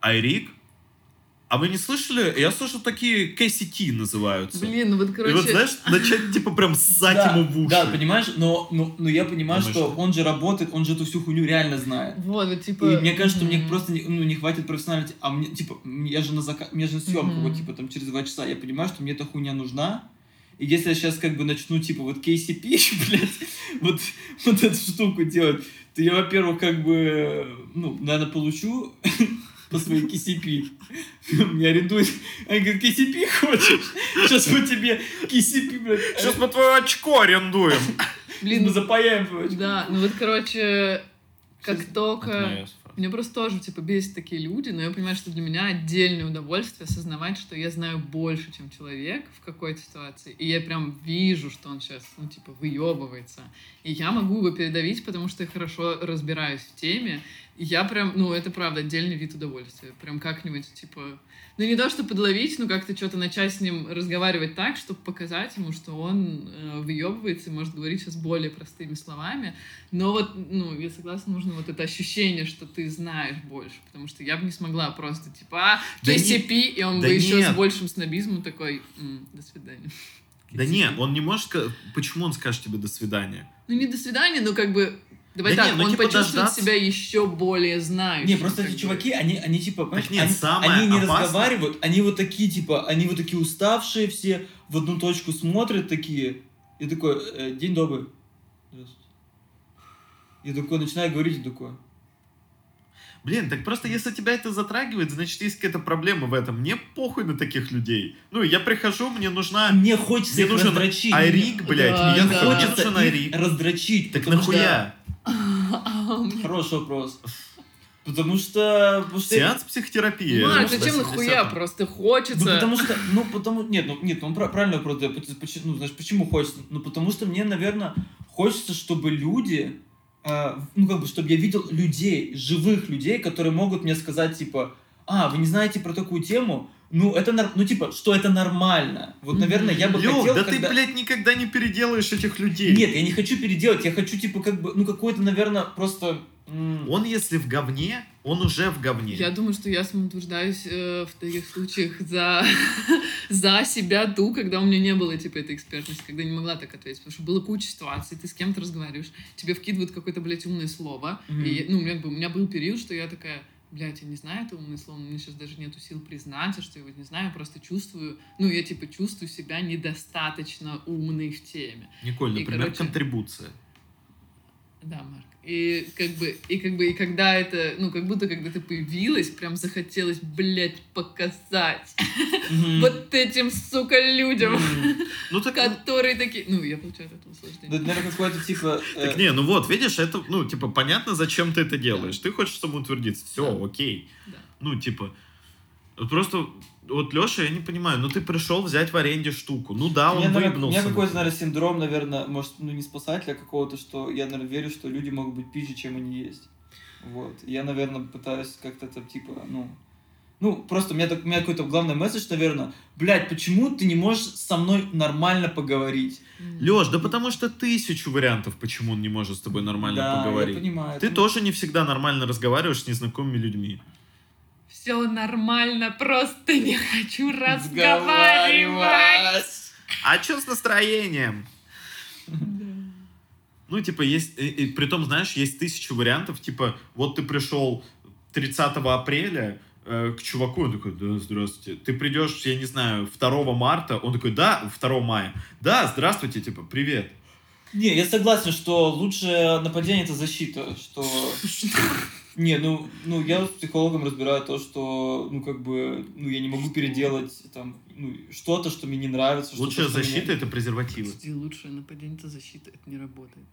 Speaker 2: Айрик, а вы не слышали? Я слышал, такие КСТ называются.
Speaker 1: Блин, ну вот,
Speaker 2: И
Speaker 1: короче...
Speaker 2: вот, знаешь, начать, типа, прям ссать
Speaker 3: да,
Speaker 2: ему в уши.
Speaker 3: да, понимаешь, но, но, но я понимаю,
Speaker 2: Думаешь,
Speaker 3: что
Speaker 2: что?
Speaker 3: он же работает, он же эту всю хуйню реально знает.
Speaker 1: Вот, вот, типа...
Speaker 3: И мне кажется, что мне
Speaker 1: мгм.
Speaker 3: просто не, ну, не хватит профессиональности. А мне, типа, м, я же на зака... мне же на съемку,
Speaker 1: Мгм.
Speaker 3: вот, типа, там, через два часа. Я понимаю, что мне эта хуйня нужна. И если я сейчас, как бы, начну, типа, вот KCP, блядь, вот, вот эту штуку делать, то я, во-первых, как бы, э, ну, наверное, получу по своей KCP. Мне арендуют. Они говорят, KCP хочешь? Сейчас мы тебе KCP, блядь,
Speaker 2: Сейчас мы твое очко арендуем.
Speaker 1: Блин,
Speaker 3: мы запаяем. короче.
Speaker 1: да, ну вот, короче, как
Speaker 4: Это
Speaker 1: только...
Speaker 4: моя фраза.
Speaker 1: Мне просто тоже, типа, бесит такие люди, но я понимаю, что для меня отдельное удовольствие осознавать, что я знаю больше, чем человек в какой-то ситуации, и я прям вижу, что он сейчас, ну, типа, выебывается. И я могу его передавить, потому что я хорошо разбираюсь в теме, и я прям, ну, это правда отдельный вид удовольствия. Прям как-нибудь, типа, ну, не то, что подловить, но как-то что-то начать с ним разговаривать так, чтобы показать ему, что он э, выебывается и может говорить сейчас более простыми словами, но вот, ну, я согласна, нужно вот это ощущение, что ты знаешь больше, потому что я бы не смогла просто, типа, а,
Speaker 2: Да не-
Speaker 1: KCP, и он
Speaker 2: да
Speaker 1: бы еще
Speaker 2: нет.
Speaker 1: с большим снобизмом такой, «М, до свидания.
Speaker 2: Да не, он не может сказать... Почему он скажет тебе «до свидания»?
Speaker 1: Ну, не до свидания, но как бы, давай
Speaker 2: Да
Speaker 1: так,
Speaker 2: не, ну,
Speaker 1: он
Speaker 2: типа,
Speaker 1: почувствует
Speaker 2: дождаться.
Speaker 1: себя еще более знающим.
Speaker 3: Не, просто
Speaker 1: как
Speaker 3: эти
Speaker 1: бы.
Speaker 3: чуваки, они, они типа, понимаешь,
Speaker 2: нет,
Speaker 3: они,
Speaker 2: самое
Speaker 3: они не
Speaker 2: опасное-
Speaker 3: разговаривают, они вот такие, типа, они вот такие уставшие все, в одну точку смотрят такие, и такой, «Э, день добрый, здравствуйте. Я такой начинаю говорить, и такой,
Speaker 2: Блин, так просто если тебя это затрагивает, значит, есть какая-то проблема в этом. Мне похуй на таких людей. Ну, я прихожу, мне
Speaker 3: «А
Speaker 2: нужна...
Speaker 3: мне хочется
Speaker 2: Мне
Speaker 3: их
Speaker 2: нужен
Speaker 3: раздрочить.
Speaker 2: Айрик, блядь.
Speaker 1: Да,
Speaker 2: и я
Speaker 3: Мне
Speaker 1: да.
Speaker 2: такой, «Мне
Speaker 3: хочется
Speaker 2: нужен
Speaker 3: их
Speaker 2: Айрик.
Speaker 3: раздрочить.
Speaker 2: Так
Speaker 3: потому
Speaker 2: нахуя?
Speaker 1: А,
Speaker 3: что- Хороший вопрос. Потому что... потому что-
Speaker 2: Сеанс психотерапии.
Speaker 1: Марк,
Speaker 2: Лёш,
Speaker 1: зачем
Speaker 2: 80-м.
Speaker 1: нахуя? Просто
Speaker 3: Ну,
Speaker 1: хочется.
Speaker 3: потому что, ну, потому, нет, ну, нет, ну, пра- правильно вопрос, да, поч- поч- ну, знаешь, почему хочется? Ну, потому что мне, наверное, хочется, чтобы люди, э, ну, как бы, чтобы я видел людей, живых людей, которые могут мне сказать, типа, а, вы не знаете про такую тему? Ну, это, нор- ну, типа, что это нормально. Вот, наверное, я бы
Speaker 2: Лёх,
Speaker 3: хотел,
Speaker 2: да
Speaker 3: когда-
Speaker 2: ты, блядь, никогда не переделаешь этих людей.
Speaker 3: Нет, я не хочу переделать, я хочу, типа, как бы, ну, какое-то, наверное, просто... м,
Speaker 2: Он если в говне, он уже в говне.
Speaker 1: Я думаю, что я самоутверждаюсь э, в таких случаях за, за себя ту, когда у меня не было типа этой экспертности, когда я не могла так ответить, потому что было куча ситуаций, ты с кем-то разговариваешь, тебе вкидывают какое-то, блядь, умное слово,
Speaker 3: Мгм.
Speaker 1: и, ну, у меня, как бы- у меня был период, что я такая, блядь, я не знаю это умное слово, мне сейчас даже нету сил признаться, что я его не знаю, я просто чувствую, ну, я типа чувствую себя недостаточно умной в теме.
Speaker 2: Николь,
Speaker 1: И,
Speaker 2: например,
Speaker 1: короче,
Speaker 2: контрибуция.
Speaker 1: Да, Марк. И как бы, и как бы, и когда это, ну, как будто когда ты появилась, прям захотелось, блядь, показать
Speaker 3: мгм.
Speaker 1: вот этим, сука, людям,
Speaker 3: М.
Speaker 2: Ну так,
Speaker 1: которые такие... Ну, я получаю от этого
Speaker 3: Да,
Speaker 1: наслаждение.
Speaker 3: это, наверное, какое-то, типа... э,
Speaker 2: так не, ну вот, видишь, это, ну, типа, понятно, зачем ты это делаешь. Ты хочешь самоутвердиться. Все, окей.
Speaker 1: Да.
Speaker 2: Ну, типа, Просто вот Леша, я не понимаю, ну ты пришел взять в аренде штуку. Ну да,
Speaker 3: меня,
Speaker 2: он
Speaker 3: наверное, у
Speaker 2: выебнулся.
Speaker 3: меня какой-то,
Speaker 2: нахуй.
Speaker 3: наверное, синдром, наверное, может, ну не спасателя какого-то, что я, наверное, верю, что люди могут быть пизже, чем они есть. Вот. Я, наверное, пытаюсь как-то там, типа, ну... Ну, просто у меня, так, у меня какой-то главный месседж, наверное, блядь, почему ты не можешь со мной нормально поговорить?
Speaker 2: Лёш, да потому что тысячу вариантов, почему он не может с тобой нормально
Speaker 3: да,
Speaker 2: поговорить.
Speaker 3: я понимаю.
Speaker 2: Ты
Speaker 3: это-
Speaker 2: тоже не всегда нормально разговариваешь с незнакомыми людьми.
Speaker 1: Все нормально, просто не хочу разговаривать.
Speaker 2: А чё с настроением? Ну, типа, есть... И, и притом, знаешь, есть тысячу вариантов. Типа, вот ты пришел 30 апреля э, к чуваку, он такой, да, здравствуйте. Ты придешь, я не знаю, 2 марта, он такой, да, 2 мая. Да, здравствуйте, типа, привет.
Speaker 3: Не, я согласен, что лучшее нападение это защита, что... Не, ну, ну я с психологом разбираю то, что, ну, как бы, ну, я не могу переделать там, ну, что-то, что мне не нравится. что-то,
Speaker 2: Лучшая
Speaker 3: что
Speaker 2: защита —
Speaker 3: меня-
Speaker 2: это презервативы.
Speaker 1: лучшее нападение это защита, это не работает.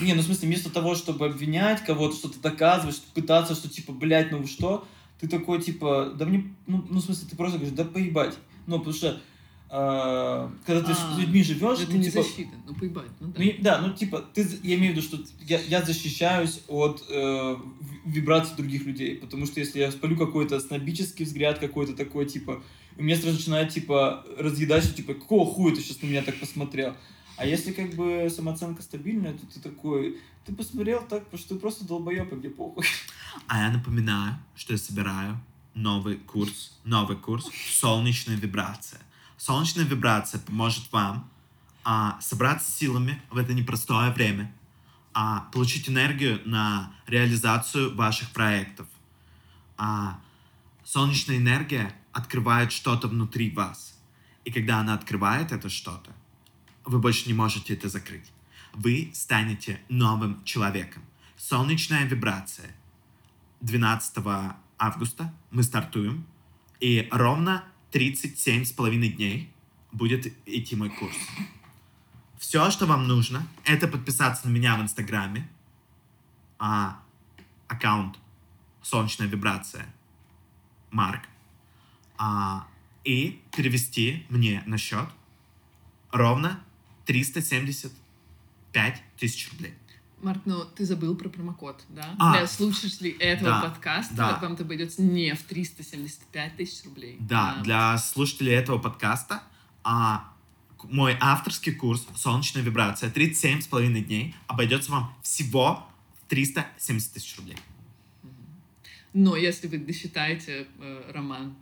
Speaker 3: Не, ну, в смысле, вместо того, чтобы обвинять кого-то, что-то доказывать, что- пытаться, что, типа, блядь, ну вы что, ты такой, типа, да мне, ну, ну, в смысле, ты просто говоришь, да поебать. Ну, потому что, э, когда ты
Speaker 1: А,
Speaker 3: с людьми живешь,
Speaker 1: Это
Speaker 3: ну,
Speaker 1: не
Speaker 3: типа,
Speaker 1: защита, ну поебать, ну да.
Speaker 3: Ну, и- да, ну типа, ты, з- я имею в виду, что я, я защищаюсь от э, ви- вибраций других людей, потому что если я спалю какой-то снобический взгляд, какой-то такой, типа, у меня сразу начинает, типа, разъедать, что, типа, какого хуя ты сейчас на меня так посмотрел? А если, как бы, самооценка стабильная, то ты такой, ты посмотрел так, потому что ты просто долбоеб, и мне похуй.
Speaker 2: А я напоминаю, что я собираю новый курс, новый курс «Солнечная вибрация». Солнечная вибрация поможет вам а, собраться силами в это непростое время, а, получить энергию на реализацию ваших проектов. А, солнечная энергия открывает что-то внутри вас. И когда она открывает это что-то, вы больше не можете это закрыть. Вы станете новым человеком. Солнечная вибрация 12 августа мы стартуем, и ровно 37 с половиной дней будет идти мой курс. Все, что вам нужно, это подписаться на меня в Инстаграме, а, аккаунт «Солнечная вибрация» Марк, а, и перевести мне на счет ровно 375 тысяч рублей.
Speaker 1: Марк, ну ты забыл про промокод, да?
Speaker 2: А.
Speaker 1: Для слушателей этого
Speaker 2: Да,
Speaker 1: подкаста
Speaker 2: да.
Speaker 1: вам это обойдется не в 375 тысяч рублей.
Speaker 2: Да,
Speaker 1: а
Speaker 2: для слушателей этого подкаста а, к- мой авторский курс «Солнечная вибрация» 37,5 дней обойдется вам всего в 370 тысяч рублей.
Speaker 1: Но если вы досчитаете э, роман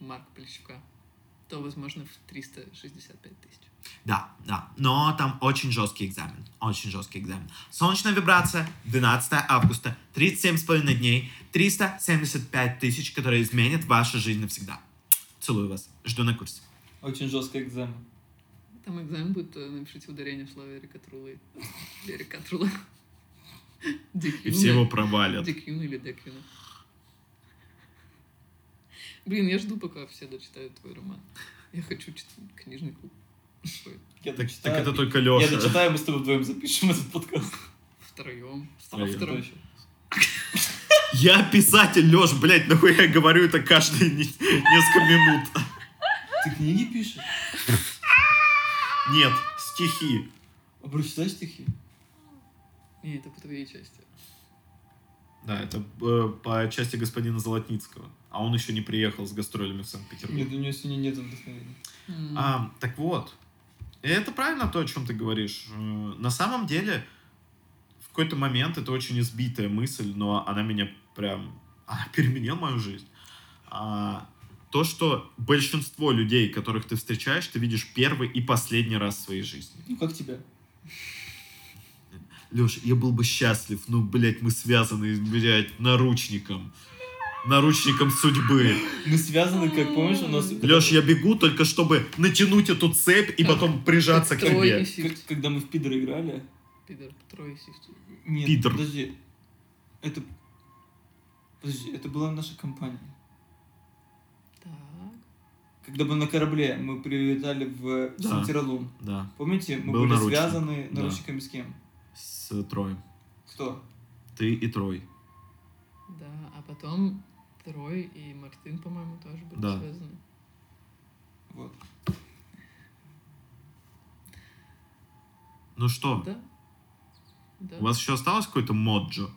Speaker 1: Марка Полищука, то, возможно, в 365 тысяч.
Speaker 2: Да, да. Но там очень жесткий экзамен. Очень жесткий экзамен. Солнечная вибрация 12 августа, 37,5 дней, 375 тысяч, которые изменят вашу жизнь навсегда. Целую вас. Жду на курсе.
Speaker 3: Очень жесткий экзамен.
Speaker 1: Там экзамен будет, э, напишите ударение в слове рекатрулы. Рекатрула.
Speaker 2: провалят.
Speaker 1: Декьюн или Декьюна. Блин, я жду, пока все дочитают твой роман. Я хочу читать книжный клуб. Ой,
Speaker 3: Я дочитаю.
Speaker 2: только
Speaker 3: а, я дочитаю, мы с тобой вдвоем запишем этот подкаст.
Speaker 1: Втроем.
Speaker 2: Втроём.
Speaker 3: Кто
Speaker 1: Втроем.
Speaker 3: еще?
Speaker 2: Я писатель, Леш, блядь, нахуй я говорю это каждые не- несколько минут.
Speaker 3: Ты книги пишешь?
Speaker 2: Нет, стихи.
Speaker 3: А прочитаешь стихи?
Speaker 1: Не, это по твоей части.
Speaker 2: Да, это э, по части господина Золотницкого. А он еще не приехал с гастролями в Санкт-Петербург.
Speaker 3: Нет, у него сегодня нет вдохновения.
Speaker 1: М.
Speaker 2: А, так вот. И это правильно то, о чем ты говоришь. Э, На самом деле, в какой-то момент это очень избитая мысль, но она меня прям она переменила мою жизнь. А, то, что большинство людей, которых ты встречаешь, ты видишь первый и последний раз в своей жизни.
Speaker 3: Ну, как тебя?
Speaker 2: Леш, я был бы счастлив, но, блядь, мы связаны, блядь, наручником. Наручником судьбы.
Speaker 3: Мы связаны, как помнишь, у нас...
Speaker 2: Леш, я бегу только, чтобы натянуть эту цепь и
Speaker 1: Как-
Speaker 2: потом прижаться к
Speaker 1: Трой и
Speaker 2: тебе.
Speaker 1: Сифт.
Speaker 3: к- Когда мы в пидоры играли...
Speaker 1: Пидор, Трой и Сифт.
Speaker 3: Нет,
Speaker 2: Пидор.
Speaker 3: подожди. Это... Подожди, это была наша компания.
Speaker 1: Так.
Speaker 3: Когда мы на корабле, мы прилетали в
Speaker 2: Да.
Speaker 3: Сантиралум.
Speaker 2: Да,
Speaker 3: Помните, мы
Speaker 2: Был
Speaker 3: были
Speaker 2: наручник.
Speaker 3: связаны
Speaker 2: Да.
Speaker 3: наручниками с кем?
Speaker 2: с Троем.
Speaker 3: Кто?
Speaker 2: Ты и Трой.
Speaker 1: Да, а потом Второй и Мартин, по-моему, тоже были
Speaker 2: Да.
Speaker 1: связаны.
Speaker 6: Вот.
Speaker 2: Ну что,
Speaker 1: Да. Да.
Speaker 2: у вас еще осталось какой-то моджо?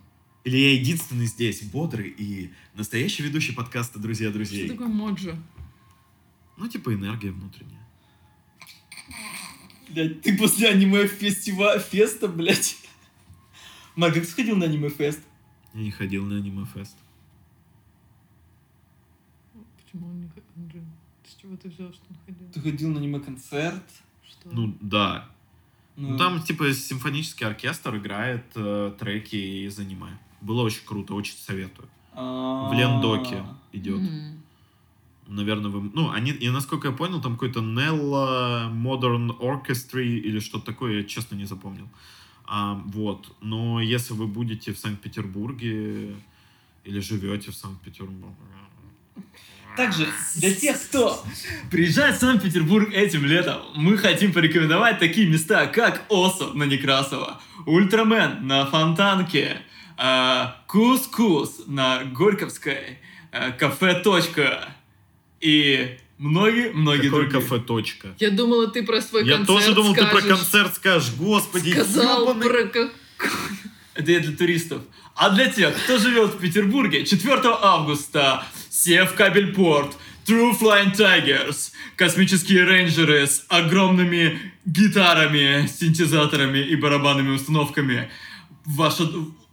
Speaker 2: Или я единственный здесь, бодрый и настоящий ведущий подкаста «Друзья
Speaker 1: Что
Speaker 2: друзей»?
Speaker 1: такое моджо?
Speaker 2: Ну, типа энергия внутренняя.
Speaker 3: Блядь, ты после аниме-фестива... Феста, блядь. Майк, как ты сходил на аниме-фест?
Speaker 2: Я не ходил на аниме-фест.
Speaker 1: Почему он не ходил? Андрей, С чего ты взял, что он ходил?
Speaker 3: Ты ходил на аниме-концерт?
Speaker 1: Что?
Speaker 2: Ну, да. Ну, там, типа, симфонический оркестр играет э, треки из аниме. Было очень круто, очень советую.
Speaker 3: а,
Speaker 2: В Лендоке идет.
Speaker 1: М.
Speaker 2: Наверное, вы... Ну, они, и насколько я понял, там какой-то Nella Modern Orchestra или что-то такое, я честно не запомнил. А, вот. Но если вы будете в Санкт-Петербурге или живете в Санкт-Петербурге...
Speaker 3: Также, для тех, кто приезжает в Санкт-Петербург этим летом, мы хотим порекомендовать такие места, как Осо на Некрасово, Ультрамен на Фонтанке, э, Кус-Кус на Горьковской, э, Кафе Точка и многие-многие
Speaker 2: Какое
Speaker 3: другие.
Speaker 2: кафе точка?
Speaker 1: Я думала, ты про свой
Speaker 2: Я
Speaker 1: концерт
Speaker 2: тоже думал, ты про
Speaker 1: скажешь.
Speaker 2: концерт скажешь. Господи,
Speaker 1: Сказал
Speaker 2: ёбаный
Speaker 1: про как...
Speaker 3: Это я для туристов. А для тех, кто живет в Петербурге, 4 августа Сев Кабельпорт, True Flying Tigers, космические рейнджеры с огромными гитарами, синтезаторами и барабанными установками ваша,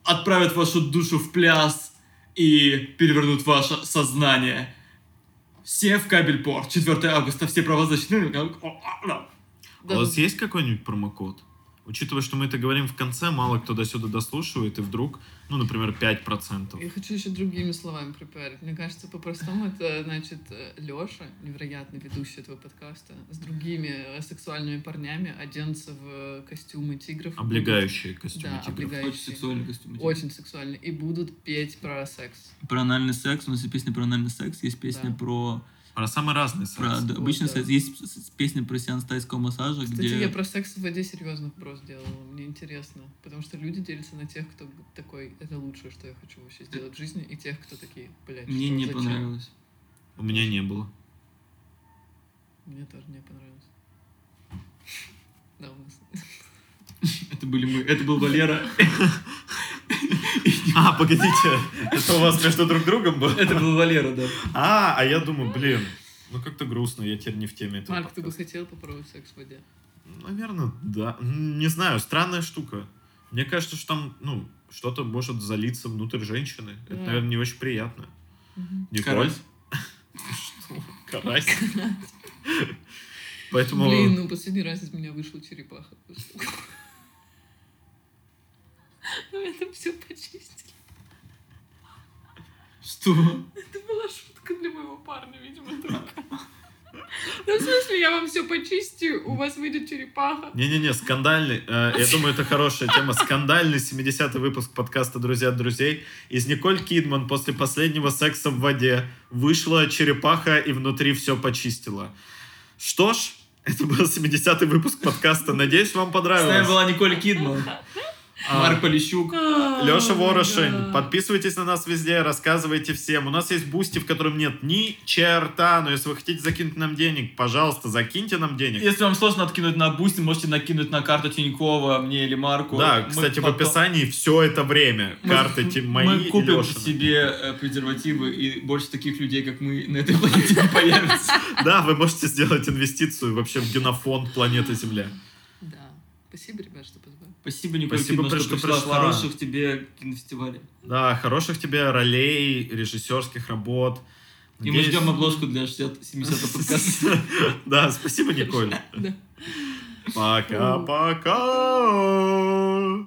Speaker 3: отправят вашу душу в пляс и перевернут ваше сознание. Сев Кабельпорт, 4 августа, все права защищены.
Speaker 2: А У вас есть какой-нибудь промокод? Учитывая, что мы это говорим в конце, мало кто до сюда дослушивает, и вдруг, ну, например, 5%.
Speaker 1: Я хочу еще другими словами пропиарить. Мне кажется, по-простому это значит Леша, невероятный ведущий этого подкаста, с другими э, сексуальными парнями оденется в э, костюмы тигров. и будут-
Speaker 2: Облегающие костюмы
Speaker 1: Да,
Speaker 2: тигров.
Speaker 1: облегающие.
Speaker 6: Очень сексуальный костюм.
Speaker 1: Очень сексуальный. И будут петь про секс.
Speaker 6: Про анальный секс. У нас есть песня про анальный секс, есть песня
Speaker 1: Да.
Speaker 6: про,
Speaker 2: Про А самый разный секс.
Speaker 6: про да,
Speaker 1: Вот,
Speaker 6: обычный
Speaker 1: да.
Speaker 6: секс, есть с- с- песня про сеанс тайского массажа,
Speaker 1: Кстати,
Speaker 6: где...
Speaker 1: я про секс в воде серьезно вопрос делала. Мне интересно. Потому что люди делятся на тех, кто такой, это лучшее, что я хочу вообще сделать в жизни, и тех, кто такие, блядь,
Speaker 6: Мне
Speaker 1: что,
Speaker 6: не
Speaker 1: зачем?»
Speaker 6: понравилось.
Speaker 2: У меня не было.
Speaker 1: Мне тоже не понравилось. Да, у нас
Speaker 6: Это были мы. Это был Валера.
Speaker 2: А, погодите, это у вас между друг другом было?
Speaker 3: Это был Валера, да.
Speaker 2: А, а я думаю, блин, ну как-то грустно, я теперь не в теме этого
Speaker 1: Марк, ты бы
Speaker 2: подкаста.
Speaker 1: хотел попробовать секс в воде?
Speaker 2: Наверное, да. М, Не знаю, странная штука. Мне кажется, что там, ну, что-то может залиться внутрь женщины. Это,
Speaker 1: Да.
Speaker 2: наверное, не очень приятно. Николь?
Speaker 6: Карась.
Speaker 2: Карась. Поэтому...
Speaker 1: Блин, ну последний раз из меня вышла черепаха. Ну это все почистили.
Speaker 6: Что?
Speaker 1: Это была шутка для моего парня, видимо, только. Ну, в смысле, я вам все почистю, у вас выйдет черепаха.
Speaker 2: Не-не-не, скандальный, э, я думаю, это хорошая тема, скандальный 70-й выпуск подкаста «Друзья от друзей». Из Николь Кидман после последнего секса в воде вышла черепаха и внутри все почистила. Что ж, это был 70-й выпуск подкаста. Надеюсь, вам
Speaker 3: С нами
Speaker 2: понравилось. А.
Speaker 3: была Николь Кидман, Марк Полищук.
Speaker 2: Леша
Speaker 1: Леша
Speaker 2: Ворошин, подписывайтесь на нас везде, рассказывайте всем. У нас есть бусти, в котором нет ни черта, но если вы хотите закинуть нам денег, пожалуйста, закиньте нам денег.
Speaker 3: Если вам сложно откинуть на бусте, можете накинуть на карту Тинькова, мне или Марку.
Speaker 2: Да,
Speaker 3: Мы
Speaker 2: кстати, в
Speaker 3: потом-
Speaker 2: описании все это время.
Speaker 3: мы-
Speaker 2: Карты те- мои
Speaker 3: Мы
Speaker 2: и
Speaker 3: купим
Speaker 2: Лешины.
Speaker 3: себе э, презервативы, и больше таких людей, как мы, на этой планете не появится.
Speaker 2: Да, вы можете сделать инвестицию вообще в генофон планеты Земля.
Speaker 1: Да. Спасибо, ребят, что позвали.
Speaker 3: Спасибо, Николь
Speaker 2: Спасибо,
Speaker 3: Кидман,
Speaker 2: что
Speaker 3: что пришла.
Speaker 2: пришла.
Speaker 3: Хороших тебе кинофестивалей.
Speaker 2: Да, хороших тебе ролей, режиссерских работ.
Speaker 3: И мы
Speaker 2: Надеюсь-
Speaker 3: ждем обложку для 60-70-го подкаста.
Speaker 2: Да, спасибо, Николь.
Speaker 1: Да.
Speaker 2: Пока-пока.